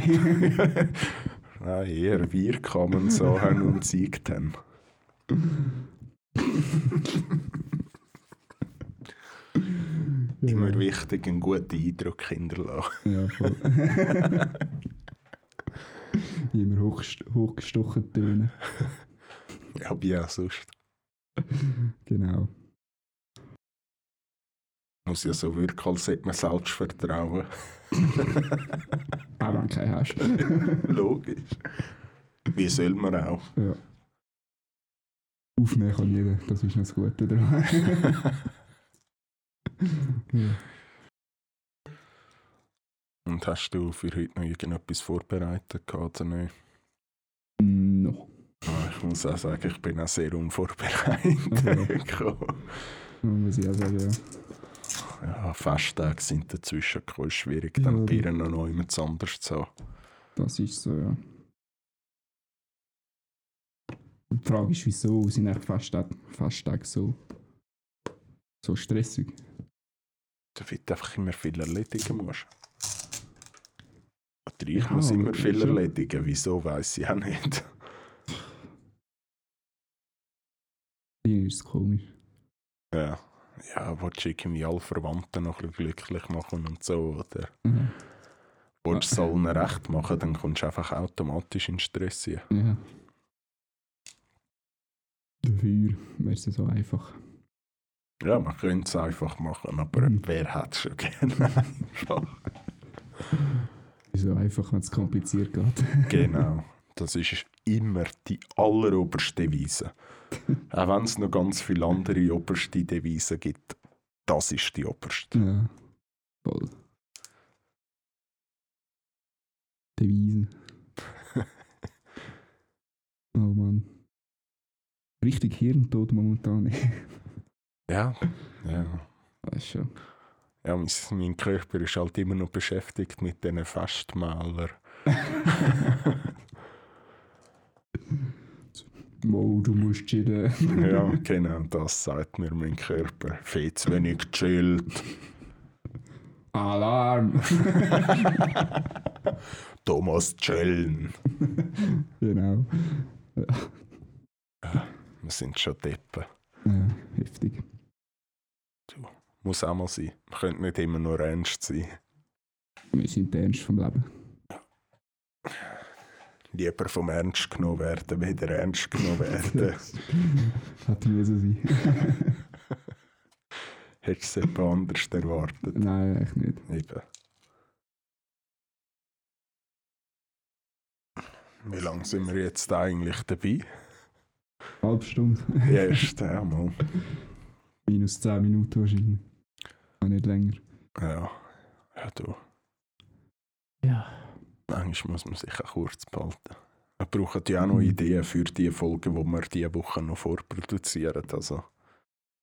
Speaker 1: Nein, eher wir kamen, sahen und siegten. Immer wichtig, einen guten Eindruck hinterlassen.
Speaker 2: Ja, voll. Immer hoch, hochgestochen tönen.
Speaker 1: Ja, wie auch sonst.
Speaker 2: Genau.
Speaker 1: Muss ja so wirken, als hätte man Selbstvertrauen.
Speaker 2: Auch wenn du keinen hast.
Speaker 1: Logisch. Wie soll man auch?
Speaker 2: ja. Aufnehmen kann jeder, das ist noch das Gute daran. ja.
Speaker 1: Und hast du für heute noch irgendetwas vorbereitet gehabt oder nicht?
Speaker 2: No.
Speaker 1: Ah, Ich muss auch sagen, ich bin auch sehr unvorbereitet
Speaker 2: Okay.
Speaker 1: gekommen.
Speaker 2: also, Muss ich auch sagen, ja.
Speaker 1: ja, Festtage sind dazwischen gekommen, ist schwierig, dann
Speaker 2: Ja,
Speaker 1: ja,
Speaker 2: du-
Speaker 1: Bieren noch noch jemand anderes zu haben.
Speaker 2: Das ist so, ja. Und Die Frage ist, wieso sind eigentlich Festtage, Festtage so, so stressig?
Speaker 1: Damit du einfach immer viel erledigen musst. Oder ich
Speaker 2: Ja,
Speaker 1: muss immer
Speaker 2: aber
Speaker 1: viel
Speaker 2: schon.
Speaker 1: erledigen, wieso, weiß ich auch nicht.
Speaker 2: Irgendwie ist es komisch.
Speaker 1: Ja, ja willst du irgendwie alle Verwandten noch ein bisschen glücklich machen und so, oder?
Speaker 2: Ja.
Speaker 1: Willst du
Speaker 2: Ja.
Speaker 1: es allen recht machen, dann kommst du einfach automatisch in Stress rein.
Speaker 2: ja. Dafür wäre es ja so einfach.
Speaker 1: Ja, man könnte es einfach machen, aber
Speaker 2: Mhm.
Speaker 1: wer hat es schon gerne einfach?
Speaker 2: So einfach, wenn es kompliziert geht.
Speaker 1: Genau, das ist immer die alleroberste Devise. Auch wenn es noch ganz viele andere oberste Devisen gibt, das ist die oberste.
Speaker 2: ja. Voll. Devisen. oh Mann. Richtig Hirntod momentan.
Speaker 1: Ja, ja.
Speaker 2: Weißt schon.
Speaker 1: Ja, mein, mein Körper ist halt immer noch beschäftigt mit diesen Festmälern.
Speaker 2: Wow, du musst chillen.
Speaker 1: ja, genau, das sagt mir mein Körper. Viel zu wenig gechillt.
Speaker 2: Alarm!
Speaker 1: Thomas chillen.
Speaker 2: genau.
Speaker 1: Wir sind schon deppen.
Speaker 2: Ja, heftig.
Speaker 1: Muss auch mal sein. Wir können nicht immer nur ernst sein.
Speaker 2: Wir sind der Ernst vom Leben.
Speaker 1: Lieber vom Ernst genommen werden, weder ernst genommen werden.
Speaker 2: Hat müssen sein.
Speaker 1: Hättest du es etwas anderes erwartet.
Speaker 2: Nein, echt nicht.
Speaker 1: Eben. Wie lange sind wir jetzt eigentlich dabei?
Speaker 2: Halb Stunde.
Speaker 1: Erst einmal.
Speaker 2: Minus 10 Minuten wahrscheinlich. Auch nicht länger.
Speaker 1: Ja. Ja, du.
Speaker 2: Ja.
Speaker 1: Manchmal muss man sich auch kurz behalten. Wir brauchen ja auch noch Ideen für die Folgen, die wir diese Woche noch vorproduzieren. Also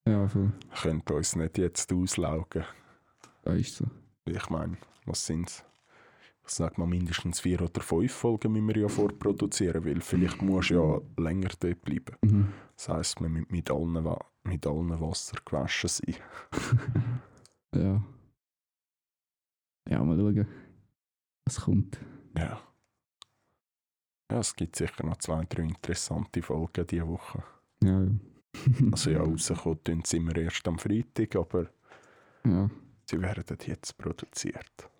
Speaker 2: Ja, voll.
Speaker 1: könnt ihr uns nicht jetzt auslaugen.
Speaker 2: Da ist so.
Speaker 1: Ich meine, was sind es? Ich sage mal, mindestens vier oder fünf Folgen müssen wir ja vorproduzieren, weil vielleicht musst du ja länger dort bleiben.
Speaker 2: Mhm.
Speaker 1: Das heisst, wir müssen mit allen, Wa- mit allen Wasser gewaschen sein.
Speaker 2: ja. Ja, mal schauen, was kommt.
Speaker 1: Ja. Ja, es gibt sicher noch zwei, drei interessante Folgen diese Woche.
Speaker 2: Ja, ja.
Speaker 1: Also ja, rausgekommen tun sie immer erst am Freitag, aber
Speaker 2: ja,
Speaker 1: Sie werden jetzt produziert.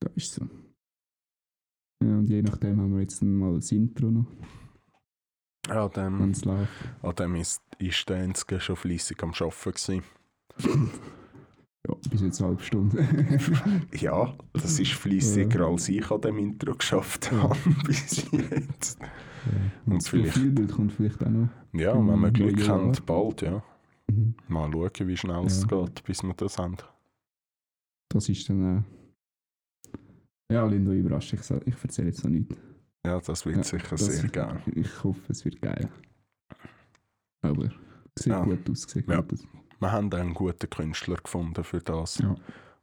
Speaker 2: da ist so. Ja, und je nachdem haben wir jetzt mal das Intro noch,
Speaker 1: Mhm. An dem,
Speaker 2: wenn es läuft.
Speaker 1: an dem ist, ist der Enzke schon fleissig am Arbeiten. Gewesen.
Speaker 2: Ja, bis jetzt eine halbe Stunde.
Speaker 1: Ja, das ist fleissiger als ich an dem Intro geschafft habe bis jetzt.
Speaker 2: Und
Speaker 1: Und
Speaker 2: das Profilbild kommt vielleicht auch noch. Mhm.
Speaker 1: Ja, wenn wir Glück
Speaker 2: Mm, Ja.
Speaker 1: haben, bald, ja. Mal schauen, wie schnell es
Speaker 2: Ja.
Speaker 1: geht, bis wir das haben.
Speaker 2: Das ist dann. Äh ja, Lindo, überrascht. Ich, sa- ich erzähle jetzt noch nichts.
Speaker 1: Ja, das wird
Speaker 2: Ja,
Speaker 1: sicher
Speaker 2: das-
Speaker 1: sehr geil.
Speaker 2: Ich hoffe, es wird geil. Aber sieht
Speaker 1: Ja.
Speaker 2: gut aus. Sieht
Speaker 1: Ja.
Speaker 2: gut aus.
Speaker 1: Wir haben einen guten Künstler gefunden für das,
Speaker 2: Ja.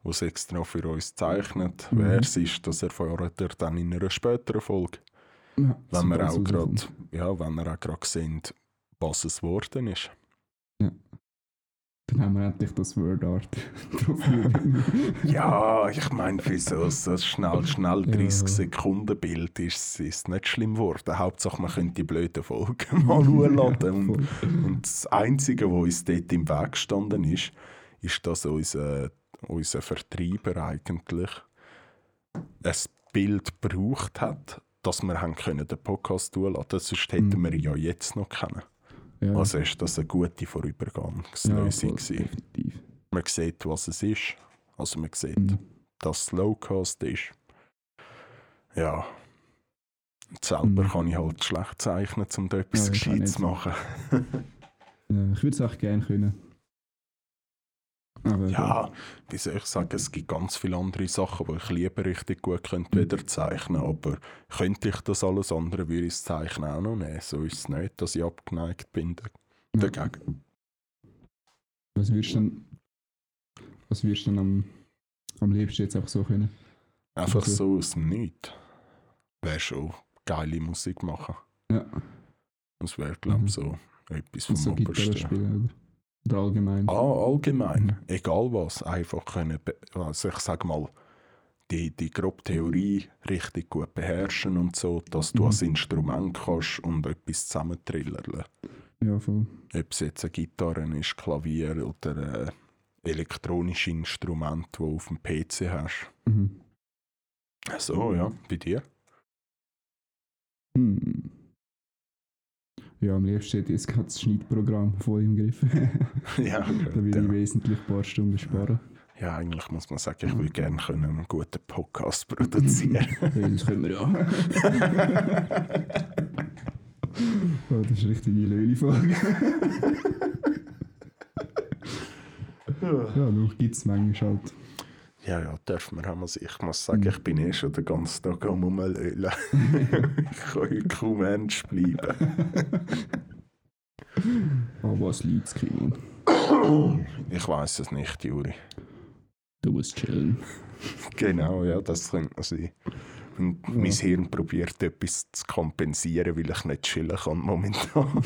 Speaker 1: was extra für uns zeichnet.
Speaker 2: Mhm.
Speaker 1: Wer es ist, das erfahrt ihr dann in einer späteren Folge.
Speaker 2: Ja,
Speaker 1: Wenn wir
Speaker 2: sobald es
Speaker 1: auch gerade,
Speaker 2: rauskommt.
Speaker 1: ja, wenn wir auch gerade sehen, was es geworden ist.
Speaker 2: Dann haben wir endlich das Word Art. Profilbild.
Speaker 1: Ja, ich meine, für so, so ein schnell, schnell
Speaker 2: Ja.
Speaker 1: 30 Sekunden Bild ist es nicht schlimm geworden. Hauptsache, man könnte die blöden Folgen mal hochladen. Ah, Und,
Speaker 2: Voll.
Speaker 1: und das Einzige, was uns dort im Weg gestanden ist, ist, dass unser, unser Vertreiber eigentlich ein Bild gebraucht hat, dass wir haben können den Podcast hochladen können. Sonst hätten
Speaker 2: Mhm.
Speaker 1: wir ihn ja jetzt noch kennen.
Speaker 2: ja.
Speaker 1: Also ist das eine gute
Speaker 2: ja,
Speaker 1: Vorübergangslösung
Speaker 2: voll,
Speaker 1: gewesen.
Speaker 2: definitiv.
Speaker 1: Man sieht, was es ist. Also man sieht,
Speaker 2: Mhm.
Speaker 1: dass es Lowcost ist. Ja. Und Selber
Speaker 2: Mhm.
Speaker 1: kann ich halt schlecht zeichnen, um da etwas
Speaker 2: Ja, ich auch
Speaker 1: Gescheites
Speaker 2: nicht.
Speaker 1: zu machen.
Speaker 2: Ja, ich würde es auch gerne können. Aber
Speaker 1: Ja, wie soll ich sagen, es gibt ganz viele andere Sachen, die ich lieber richtig gut könnte
Speaker 2: Mhm.
Speaker 1: wieder zeichnen. Aber könnte ich das alles andere, würde ich das Zeichnen auch noch nehmen. So ist es nicht, dass ich abgeneigt bin da-
Speaker 2: Ja.
Speaker 1: dagegen.
Speaker 2: Was würdest du denn Was wirst du dann am, am liebsten jetzt einfach so können?
Speaker 1: Einfach
Speaker 2: Okay.
Speaker 1: so aus dem Nichts. Wäre schon geile Musik machen.
Speaker 2: Ja,
Speaker 1: Das wäre, glaube
Speaker 2: Mhm.
Speaker 1: ich, so etwas vom
Speaker 2: und Also so Gitarre
Speaker 1: Obersten.
Speaker 2: spielen, oder? Oder allgemein.
Speaker 1: Ah, allgemein. Egal was. Einfach können, be- also ich sag mal, die, die grobe Theorie richtig gut beherrschen und so, dass du
Speaker 2: Mhm.
Speaker 1: als Instrument kannst und etwas zusammentrillerle.
Speaker 2: Ja, voll.
Speaker 1: Ob es jetzt eine Gitarre ist, Klavier oder äh, elektronische Instrument, die du auf dem PC hast.
Speaker 2: Mhm.
Speaker 1: So, ja, bei dir.
Speaker 2: Hm. Ja, am liebsten hätte ich jetzt gerade das Schnittprogramm voll im Griff.
Speaker 1: ja,
Speaker 2: da würde ich
Speaker 1: ja.
Speaker 2: wesentlich ein paar Stunden sparen.
Speaker 1: ja, eigentlich muss man sagen, ich würde gerne können einen guten Podcast produzieren.
Speaker 2: Ja, das können wir ja. Oh, das ist richtig die Löli-Folge. ja, doch, gibt es manchmal halt.
Speaker 1: Ja, ja, darf man haben. Also Ich muss sagen, ich bin eh schon den ganzen Tag am Rumlölen. ich kann heute kaum Mensch bleiben.
Speaker 2: Oh, was liegt's, Kino?
Speaker 1: Ich weiß es nicht, Juri.
Speaker 2: Du musst chillen.
Speaker 1: Genau, ja, das könnte man sein. Und mein Hirn probiert etwas zu kompensieren, weil ich nicht chillen kann momentan.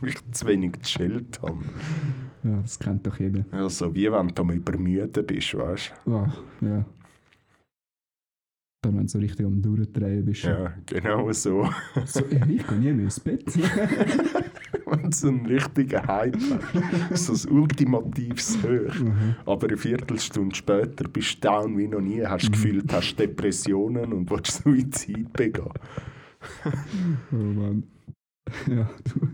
Speaker 1: weil ich zu wenig gechillt habe.
Speaker 2: Ja, das kennt doch jeder.
Speaker 1: Also, wie wenn du mal übermüdet bist, weißt
Speaker 2: Ah, ja. Dann, wenn du so richtig am Durchdrehen bist.
Speaker 1: du? Ja, genau so.
Speaker 2: So, ey, ich gehe nie mehr ins Bett.
Speaker 1: wenn du so einen richtigen Hype hast. So ein ultimatives Höch.
Speaker 2: Mhm.
Speaker 1: Aber eine Viertelstunde später bist du down wie noch nie, hast gefühlt, hast Depressionen und willst Suizid begehen.
Speaker 2: oh Mann. Ja, du.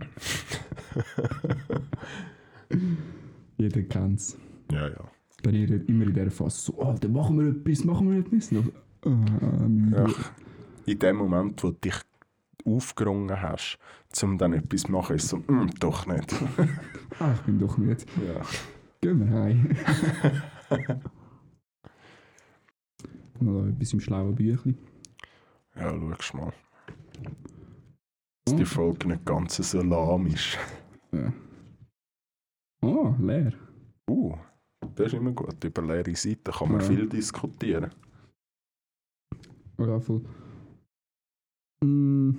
Speaker 2: Jeder kennt's.
Speaker 1: Ja, ja.
Speaker 2: Dann redet immer in dieser Phase so, oh, dann machen wir etwas, machen wir etwas. Noch, ah, ah, müde.
Speaker 1: Ach, in dem Moment, wo du dich aufgerungen hast, um dann etwas zu machen, ist so, «Mm, doch nicht.
Speaker 2: Ah, ich bin doch müde.
Speaker 1: Ja.
Speaker 2: Gehen wir heim. Noch etwas im schlauen Büchlein.
Speaker 1: Ja, schau mal. Dass
Speaker 2: Ah,
Speaker 1: die Folge nicht ganz so lahm ist.
Speaker 2: Ja. Oh, leer.
Speaker 1: Uh, das ist immer gut. Über leere Seiten kann man
Speaker 2: Ja.
Speaker 1: viel diskutieren.
Speaker 2: Ja, voll. Mm.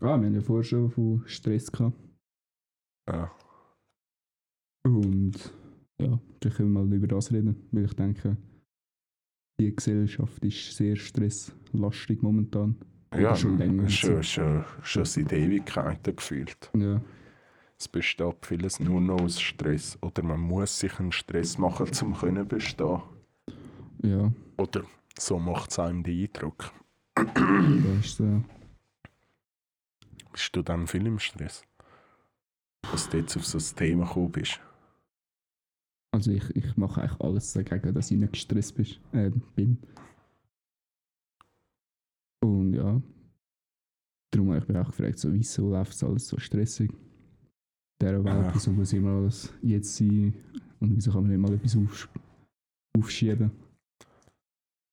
Speaker 2: Ah, wir haben ja vorher schon von Stress gehabt.
Speaker 1: Ja.
Speaker 2: Und ja, vielleicht können wir mal über das reden, weil ich denke, die Gesellschaft ist sehr stresslastig momentan.
Speaker 1: Ja,
Speaker 2: schon länger
Speaker 1: Schon, schon, schon seit Ewigkeiten gefühlt.
Speaker 2: Ja.
Speaker 1: Es besteht vieles nur noch aus Stress. Oder man muss sich einen Stress machen, um können bestehen.
Speaker 2: Ja,
Speaker 1: Oder so macht es einem den Eindruck.
Speaker 2: da ist so.
Speaker 1: Bist du dann viel im Stress? Dass du jetzt auf so ein Thema gekommen bist.
Speaker 2: Also ich, ich mache eigentlich alles dagegen, dass ich nicht gestresst bist, äh, bin. Und ja. Darum habe ich mich auch gefragt, so, wieso läuft es alles so stressig? In dieser Welt,
Speaker 1: Ja.
Speaker 2: wieso muss immer alles jetzt sein? Und wieso kann man nicht mal etwas aufsch aufschieben?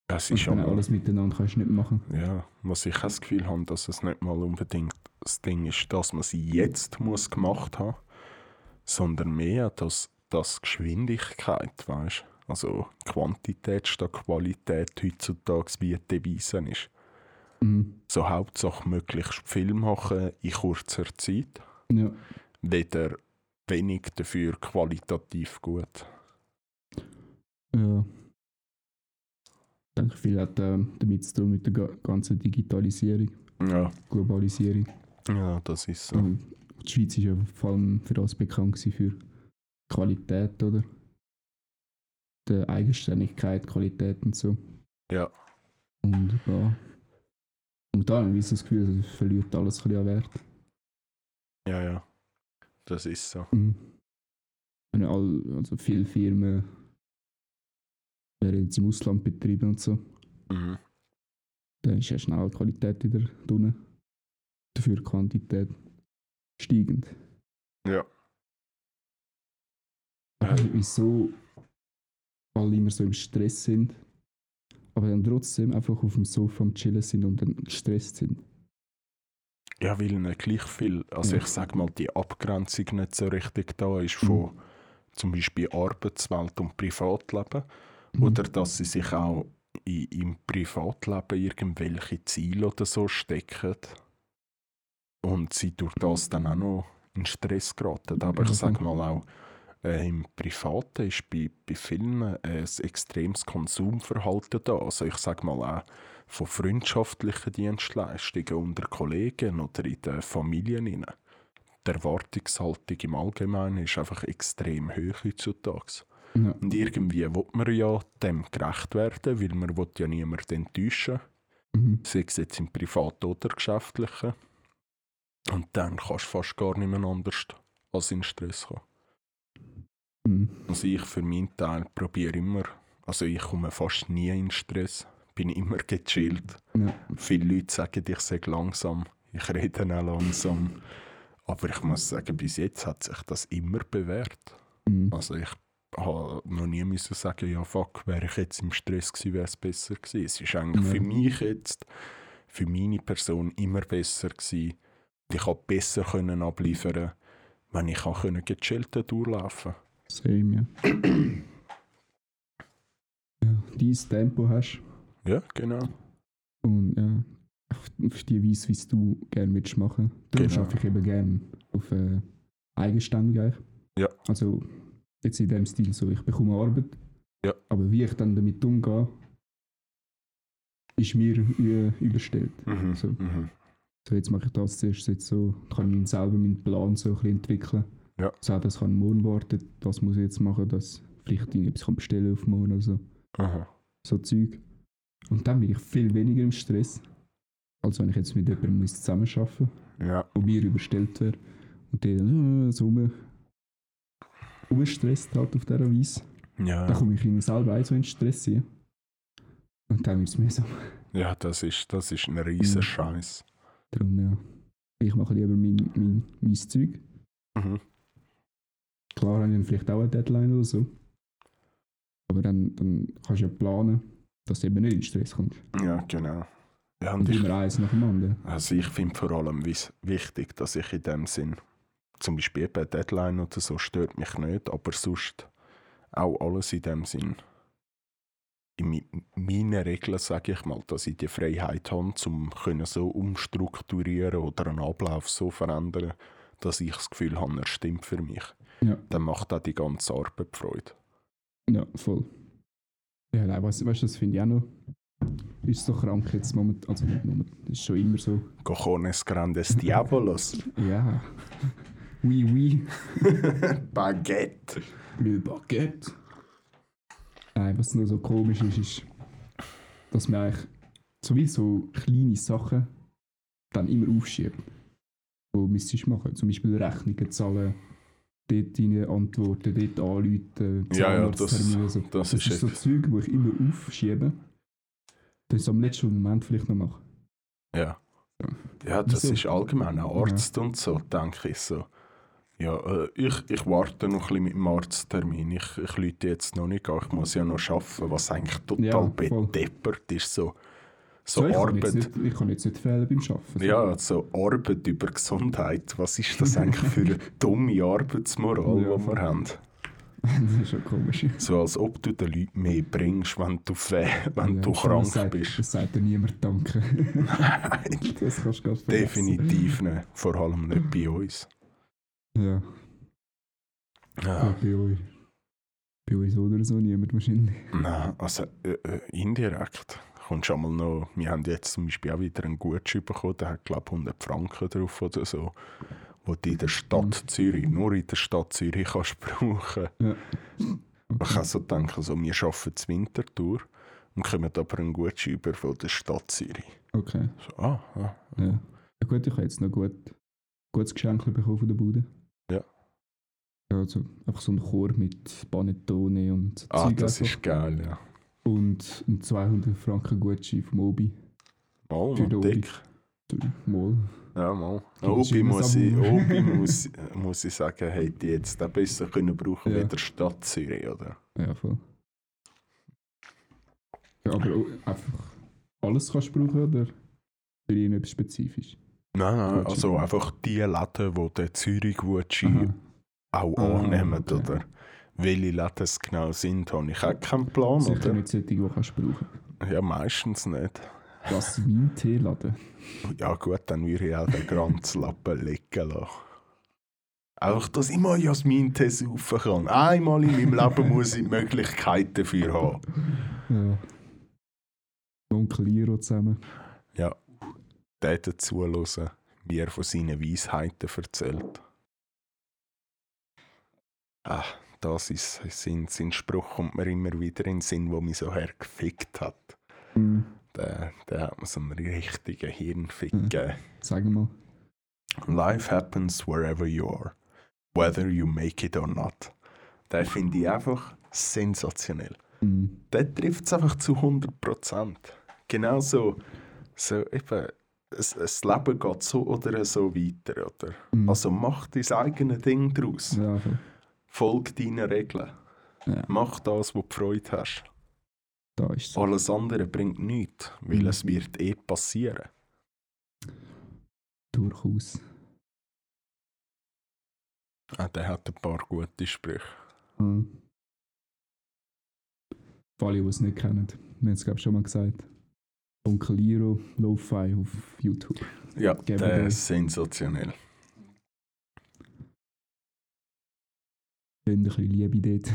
Speaker 1: Es ist
Speaker 2: Und wenn
Speaker 1: ja
Speaker 2: auch
Speaker 1: mal,
Speaker 2: alles miteinander kannst du nicht machen.
Speaker 1: ja, was ich auch das Gefühl habe, dass es nicht mal unbedingt das Ding ist, dass man sie jetzt muss gemacht haben, sondern mehr, dass das Geschwindigkeit, weißt also Quantität statt Qualität heutzutage wie die Devise ist.
Speaker 2: Mhm.
Speaker 1: so Hauptsache möglichst viel machen in kurzer Zeit.
Speaker 2: Ja.
Speaker 1: Weder wenig dafür qualitativ gut.
Speaker 2: Ja. Ich denke, viel hat ähm, damit zu tun mit der ga- ganzen Digitalisierung,
Speaker 1: Ja,
Speaker 2: Globalisierung.
Speaker 1: ja das ist so.
Speaker 2: Und Ähm, die Schweiz war ja vor allem für das bekannt gewesen, für Qualität, oder? Die Eigenständigkeit, Qualität und so.
Speaker 1: Ja.
Speaker 2: Und ja. Und da habe ich so das Gefühl, es verliert alles ein bisschen an Wert.
Speaker 1: Ja, ja. Das ist so.
Speaker 2: Mhm. Wenn all, also viele Firmen werden jetzt im Ausland betrieben und so,
Speaker 1: Mhm.
Speaker 2: dann ist ja schnell die Qualität wieder drin. Dafür die Quantität steigend.
Speaker 1: Ja.
Speaker 2: Aber Äh, wieso alle immer so im Stress sind, aber dann trotzdem einfach auf dem Sofa am Chillen sind und dann gestresst sind.
Speaker 1: Ja, weil nicht gleich viel. Also
Speaker 2: Ja.
Speaker 1: ich sag mal, die Abgrenzung nicht so richtig da ist von zum Beispiel Arbeitswelt und Privatleben.
Speaker 2: Mhm.
Speaker 1: Oder dass sie sich auch i- im Privatleben irgendwelche Ziele oder so stecken. Und sie durch das dann auch noch in Stress geraten. Aber ich sage mal auch, äh, im Privaten ist bei, bei Filmen äh, ein extremes Konsumverhalten da. Also ich sage mal auch von freundschaftlichen Dienstleistungen unter Kollegen oder in den Familien. Rein. Die Erwartungshaltung im Allgemeinen ist einfach extrem hoch heutzutage.
Speaker 2: Mhm. Ja.
Speaker 1: Und irgendwie will man ja dem gerecht werden, weil man will ja niemanden enttäuschen
Speaker 2: Mhm.
Speaker 1: sei es jetzt im Privaten oder Geschäftlichen. Und dann kannst du fast gar nicht mehr anders als in Stress kommen.
Speaker 2: Mhm.
Speaker 1: Also ich für meinen Teil probiere immer, also ich komme fast nie in Stress, bin immer gechillt.
Speaker 2: Ja.
Speaker 1: Viele Leute sagen, ich sage langsam, ich rede auch langsam. Aber ich muss sagen, bis jetzt hat sich das immer bewährt.
Speaker 2: Mhm.
Speaker 1: Also ich habe noch nie müssen sagen, ja fuck, wäre ich jetzt im Stress gewesen, wäre es besser gewesen. Es ist eigentlich
Speaker 2: Ja.
Speaker 1: für mich jetzt, für meine Person immer besser gewesen. Und Ich konnte besser können abliefern, wenn ich auch können gechillter durchlaufen
Speaker 2: Same, ja. ja. Dein Tempo hast
Speaker 1: Ja, genau.
Speaker 2: und ja, auf, auf die Weise, wie es du gerne willst machen. Darum
Speaker 1: Genau.
Speaker 2: arbeite ich eben gerne auf äh, eigenständig eigentlich.
Speaker 1: Ja.
Speaker 2: Also jetzt in dem Stil so, ich bekomme Arbeit.
Speaker 1: Ja.
Speaker 2: Aber wie ich dann damit umgehe, ist mir äh, überstellt.
Speaker 1: Mhm.
Speaker 2: So.
Speaker 1: Mhm.
Speaker 2: So, jetzt mache ich das zuerst, jetzt so, kann ich selber meinen Plan so ein bisschen entwickeln.
Speaker 1: Ja.
Speaker 2: So, das kann morgen warten, das muss ich jetzt machen, das vielleicht irgendetwas kann bestellen auf morgen oder so.
Speaker 1: Aha.
Speaker 2: So Zeug. Und dann bin ich viel weniger im Stress, als wenn ich jetzt mit jemandem muss zusammenarbeiten muss,
Speaker 1: Ja,
Speaker 2: wo mir überstellt wäre. Und der dann äh, so rum, rumstresst halt auf dieser Weise. Dann
Speaker 1: ja,
Speaker 2: komme ich irgendwie selber auch so in Stress rein. Und dann wird es mir so.
Speaker 1: ja, das ist, das ist ein riesen
Speaker 2: Mhm.
Speaker 1: Scheiß.
Speaker 2: Darum, ja. Ich mache lieber mein, mein, mein Zeug.
Speaker 1: Mhm.
Speaker 2: Klar habe ich dann vielleicht auch eine Deadline oder so. Aber dann, dann kannst du ja planen, dass du eben nicht in Stress kommst.
Speaker 1: Ja, genau. Ja,
Speaker 2: Und
Speaker 1: und ich
Speaker 2: immer eins nach dem anderen.
Speaker 1: Also ich finde vor allem wies- wichtig, dass ich in dem Sinn, zum Beispiel eben eine Deadline oder so, stört mich nicht, aber sonst auch alles in dem Sinn. In mi- meinen Regeln sage ich mal, dass ich die Freiheit habe, um können so umstrukturieren oder einen Ablauf so verändern, dass ich das Gefühl habe, er stimmt für mich.
Speaker 2: Ja.
Speaker 1: Dann macht auch die ganze Arbeit Freude.
Speaker 2: Ja, voll. Ja, nein, weißt, weißt du, das finde ich auch noch. Ist so krank jetzt momentan. Also nicht momentan, ist schon immer so.
Speaker 1: Cojones grandes diabolos.
Speaker 2: Ja. Oui, oui.
Speaker 1: Baguette.
Speaker 2: Le Baguette. Nein, was nur so komisch ist, ist, dass man eigentlich so wie so kleine Sachen dann immer aufschiebt, die müsstest du machen. Zum Beispiel Rechnungen zahlen, dort deine Antworten, dort anrufen,
Speaker 1: Ja, ja, das-
Speaker 2: Zahnarzttermine, so.
Speaker 1: das
Speaker 2: das
Speaker 1: ist
Speaker 2: ist so
Speaker 1: echt-
Speaker 2: Zeug, die ich immer aufschiebe. Das am letzten Moment vielleicht noch machen.
Speaker 1: Ja. Ja, das
Speaker 2: Wieso?
Speaker 1: ist allgemein. Auch Arzt und so, denke ich so. Ja, äh, ich, ich warte noch ein bisschen mit dem Arzttermin. Ich, ich lüte jetzt noch nicht an, ich muss ja noch arbeiten, was eigentlich total
Speaker 2: Ja, voll.
Speaker 1: bedeppert ist. So, so,
Speaker 2: ich, kann jetzt
Speaker 1: Arbeit.
Speaker 2: nicht, ich kann jetzt nicht fehlen beim Arbeiten. so.
Speaker 1: Ja, so Arbeit über Gesundheit. Was ist das eigentlich für eine dumme Arbeitsmoral,
Speaker 2: Ja,
Speaker 1: die wir
Speaker 2: voll.
Speaker 1: haben?
Speaker 2: das ist schon komisch.
Speaker 1: So als ob du den Leuten mehr bringst, wenn du, fe- wenn
Speaker 2: Ja,
Speaker 1: du
Speaker 2: das
Speaker 1: krank
Speaker 2: sagt,
Speaker 1: bist.
Speaker 2: Das sagt dir niemand Danke. das kannst du gar nicht
Speaker 1: Definitiv nicht. Vor allem nicht bei uns.
Speaker 2: Ja,
Speaker 1: Ja.
Speaker 2: ja, bei euch. Bei uns oder so niemand wahrscheinlich.
Speaker 1: Nein, also äh, äh, indirekt. Kommst schon mal noch, wir haben jetzt zum Beispiel auch wieder einen Gutschein bekommen, der hat glaube 100 Franken drauf oder so, wo du in der Stadt
Speaker 2: Mhm.
Speaker 1: Zürich, nur in der Stadt Zürich kannst brauchen.
Speaker 2: Ja.
Speaker 1: Man kann so denken, so, wir arbeiten zur Wintertour und kommen aber einen Gutschein über von der Stadt Zürich.
Speaker 2: Okay.
Speaker 1: So, ah, ah.
Speaker 2: Ja. ja gut, ich habe jetzt noch gut, gutes Geschenk bekommen von der Bude.
Speaker 1: Ja.
Speaker 2: Ja, also einfach so ein Chor mit Panettone und so
Speaker 1: ah
Speaker 2: Zeug also.
Speaker 1: das
Speaker 2: einfach.
Speaker 1: ist geil, ja.
Speaker 2: Und ein 200 Franken Gutschein vom Obi.
Speaker 1: Mal,
Speaker 2: Für
Speaker 1: noch
Speaker 2: die
Speaker 1: dick.
Speaker 2: Mal.
Speaker 1: Ja, mal.
Speaker 2: Ja, das
Speaker 1: Obi
Speaker 2: ist
Speaker 1: muss, ich,
Speaker 2: immer so.
Speaker 1: Obi muss, äh, muss ich sagen, hätte ich jetzt den besser können brauchen
Speaker 2: Ja.
Speaker 1: wie der Stadt Zürich, oder?
Speaker 2: Ja, voll. Ja, aber auch einfach alles kannst du brauchen oder für ihn etwas spezifisch?
Speaker 1: Nein, nein,
Speaker 2: Gucci.
Speaker 1: also einfach die Läden, die den Zürich Gucci
Speaker 2: Aha.
Speaker 1: auch
Speaker 2: Ah,
Speaker 1: annehmen,
Speaker 2: okay.
Speaker 1: oder? welche Läden es genau sind, habe ich auch keinen Plan.
Speaker 2: Sicher
Speaker 1: Oder?
Speaker 2: nicht solche, die du kannst brauchen.
Speaker 1: Ja, meistens nicht.
Speaker 2: Das Wein-Teeladen.
Speaker 1: Ja gut, dann würde ich auch den ganzen Lappen liegen lassen. Einfach, dass ich mal Jasmin-Tee saufen kann. Einmal in meinem Leben muss ich die Möglichkeit dafür haben.
Speaker 2: Ja. Mit Onkel Iro zusammen.
Speaker 1: Den dazu hören, wie er von seinen Weisheiten erzählt. Ah, das ist sein, sein Spruch, kommt mir immer wieder in den Sinn, wo mich so hergefickt hat.
Speaker 2: Mhm.
Speaker 1: Der, der hat mir so einen richtigen Hirnfick
Speaker 2: Mhm.
Speaker 1: gegeben.
Speaker 2: Sag mal.
Speaker 1: Life happens wherever you are, whether you make it or not. Den finde ich einfach sensationell.
Speaker 2: Mhm.
Speaker 1: Der trifft es einfach zu 100%. Genauso, so eben, es, es Leben geht so oder so weiter, oder?
Speaker 2: Mhm.
Speaker 1: Also mach dein eigenes Ding draus.
Speaker 2: Ja, voll.
Speaker 1: Folg deinen Regeln.
Speaker 2: Ja.
Speaker 1: Mach das, wo du Freude hast.
Speaker 2: da ist es.
Speaker 1: Alles andere bringt nichts, weil
Speaker 2: Mhm.
Speaker 1: es wird eh passieren.
Speaker 2: Durchaus.
Speaker 1: Ah, der hat ein paar gute Sprüche.
Speaker 2: Mhm. Für alle, die es nicht kennen. Wir haben es, glaube ich, schon mal gesagt. Onkel Iro, Lo-Fi auf YouTube.
Speaker 1: Ja,
Speaker 2: Geben
Speaker 1: der
Speaker 2: wir-
Speaker 1: ist sensationell.
Speaker 2: Wenn ein bisschen Liebe dort.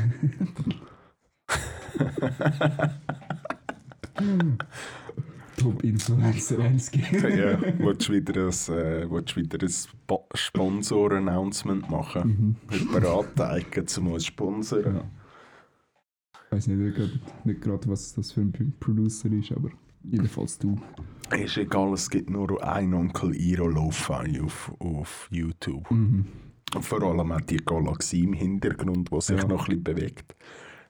Speaker 2: Top-Influencer 1G.
Speaker 1: ja, willst du wieder ein, äh, willst du wieder ein Spo- Sponsor-Announcement machen?
Speaker 2: Mhm. Genau.
Speaker 1: Jemand anteigen, um uns zu sponsern?
Speaker 2: Ich weiß nicht, grad- nicht gerade, was das für ein P- Producer ist, aber jedenfalls du.
Speaker 1: Ist egal, es gibt nur einen Onkel Iro Lo-Fi auf, auf YouTube.
Speaker 2: Mhm.
Speaker 1: Und vor allem auch die Galaxie im Hintergrund, die sich
Speaker 2: Ja.
Speaker 1: noch ein bisschen bewegt.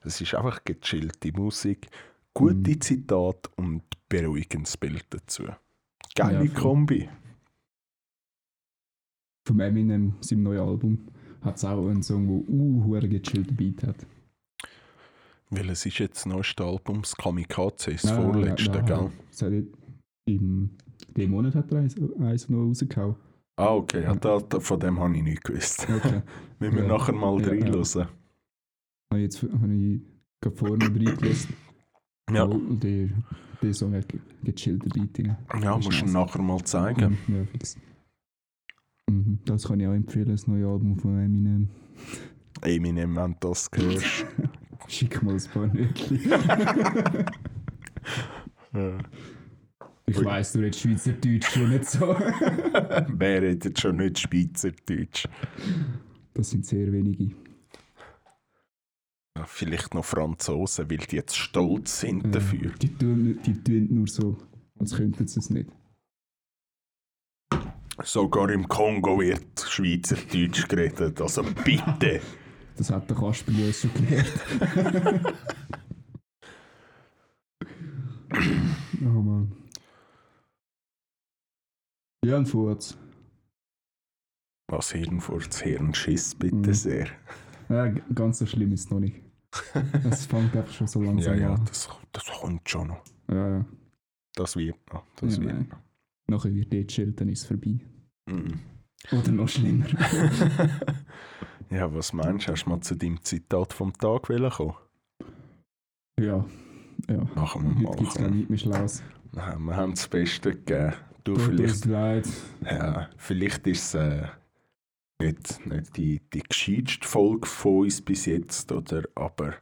Speaker 1: Es ist einfach gechillte Musik, gute
Speaker 2: Mhm.
Speaker 1: Zitate und beruhigendes Bild dazu. Geile
Speaker 2: Ja, voll.
Speaker 1: Kombi.
Speaker 2: Vom Eminem, seinem neuen Album, hat es auch einen Song, der uh, hure gechillt Beat hat.
Speaker 1: Weil es ist jetzt das neueste Album, das Kamikaze, das vorletzte,
Speaker 2: nein,
Speaker 1: gell?
Speaker 2: nein. Das hat nicht- Im dem Monat hat er eins, eins noch rausgehauen.
Speaker 1: Ah, okay, ja,
Speaker 2: Ja.
Speaker 1: da, da, von dem habe ich nicht gewusst.
Speaker 2: Okay.
Speaker 1: Müssen wir
Speaker 2: Ja.
Speaker 1: nachher mal
Speaker 2: Ja, ja.
Speaker 1: reinhören.
Speaker 2: Und jetzt habe ich gerade vorne reingelassen.
Speaker 1: Ja,
Speaker 2: Und der, der Song hat ge- gechillte Beat rein.
Speaker 1: ja
Speaker 2: ist
Speaker 1: musst du
Speaker 2: nice.
Speaker 1: nachher mal zeigen.
Speaker 2: Mhm, Ja, fix. Mhm, Das kann ich auch empfehlen, das neue Album von Eminem.
Speaker 1: Eminem, wenn du das hörst.
Speaker 2: Schick mal ein paar Nötchen.
Speaker 1: Ja.
Speaker 2: Ich weiss, du redest Schweizerdeutsch schon nicht so.
Speaker 1: Wer redet schon nicht Schweizerdeutsch?
Speaker 2: Das sind sehr wenige.
Speaker 1: Ja, vielleicht noch Franzosen, weil die jetzt stolz sind dafür.
Speaker 2: Die tun, die tun nur so, als könnten sie es nicht.
Speaker 1: Sogar im Kongo wird Schweizerdeutsch geredet. Also bitte.
Speaker 2: Das hat der Kasper ja schon gelernt. oh Mann. Ja, ein Furz.
Speaker 1: Was Hirnfurz, Hirnschiss, bitte
Speaker 2: Mhm.
Speaker 1: sehr.
Speaker 2: Ja, g- ganz so schlimm ist es noch nicht. Es fängt einfach schon so
Speaker 1: Ja,
Speaker 2: langsam
Speaker 1: ja,
Speaker 2: an.
Speaker 1: das, das kommt schon noch.
Speaker 2: Ja, ja.
Speaker 1: Das wird noch. Das
Speaker 2: Ja,
Speaker 1: wird
Speaker 2: nein.
Speaker 1: noch.
Speaker 2: Nachher wird dort Schild, dann ist es vorbei.
Speaker 1: Mhm.
Speaker 2: Oder noch schlimmer.
Speaker 1: ja, was meinst du? Hast du mal zu deinem Zitat vom Tag wollen kommen?
Speaker 2: ja. Ja.
Speaker 1: Nachher mal
Speaker 2: Heute gibt es gar
Speaker 1: kommen.
Speaker 2: nicht mehr Schlaus.
Speaker 1: Nein, wir haben das Beste gegeben. Du,
Speaker 2: Tut
Speaker 1: vielleicht,
Speaker 2: uns leid.
Speaker 1: ja, vielleicht ist es äh, nicht, nicht die, die gescheiteste Folge von uns bis jetzt, oder? Aber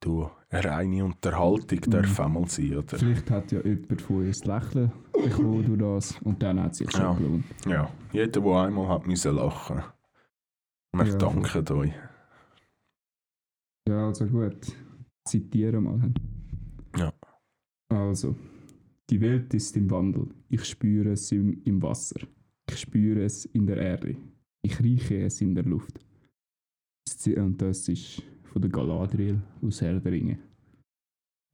Speaker 1: du, eine reine Unterhaltung darf auch mal sein, oder?
Speaker 2: Vielleicht hat Mhm. ja jemand von uns Lächeln bekommen durch das und dann hat es sich schon
Speaker 1: Ja.
Speaker 2: gelohnt.
Speaker 1: Ja, jeder, der einmal hat müssen lachen. Wir
Speaker 2: Ja.
Speaker 1: danken euch.
Speaker 2: Ja, also gut. Zitiere mal.
Speaker 1: Ja.
Speaker 2: Also, die Welt ist im Wandel. Ich spüre es im, im Wasser. Ich spüre es in der Erde. Ich rieche es in der Luft. Das Zi- Und das ist von der Galadriel aus Herr der Ringe.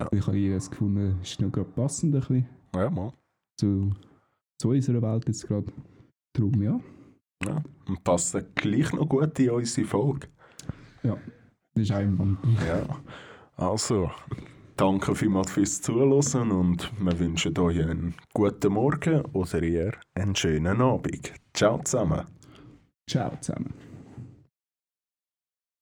Speaker 1: Ja.
Speaker 2: Ich habe das gefunden, ist noch gerade passend ein bisschen
Speaker 1: Ja, mal.
Speaker 2: zu, zu unserer Welt jetzt gerade. Drum, ja.
Speaker 1: Ja. Und passen gleich noch gut in unsere Folge.
Speaker 2: Das ist auch im Wandel.
Speaker 1: Ja. Also, danke vielmals fürs Zuhören und wir wünschen euch einen guten Morgen oder eher einen schönen Abend. Ciao zusammen.
Speaker 2: Ciao zusammen.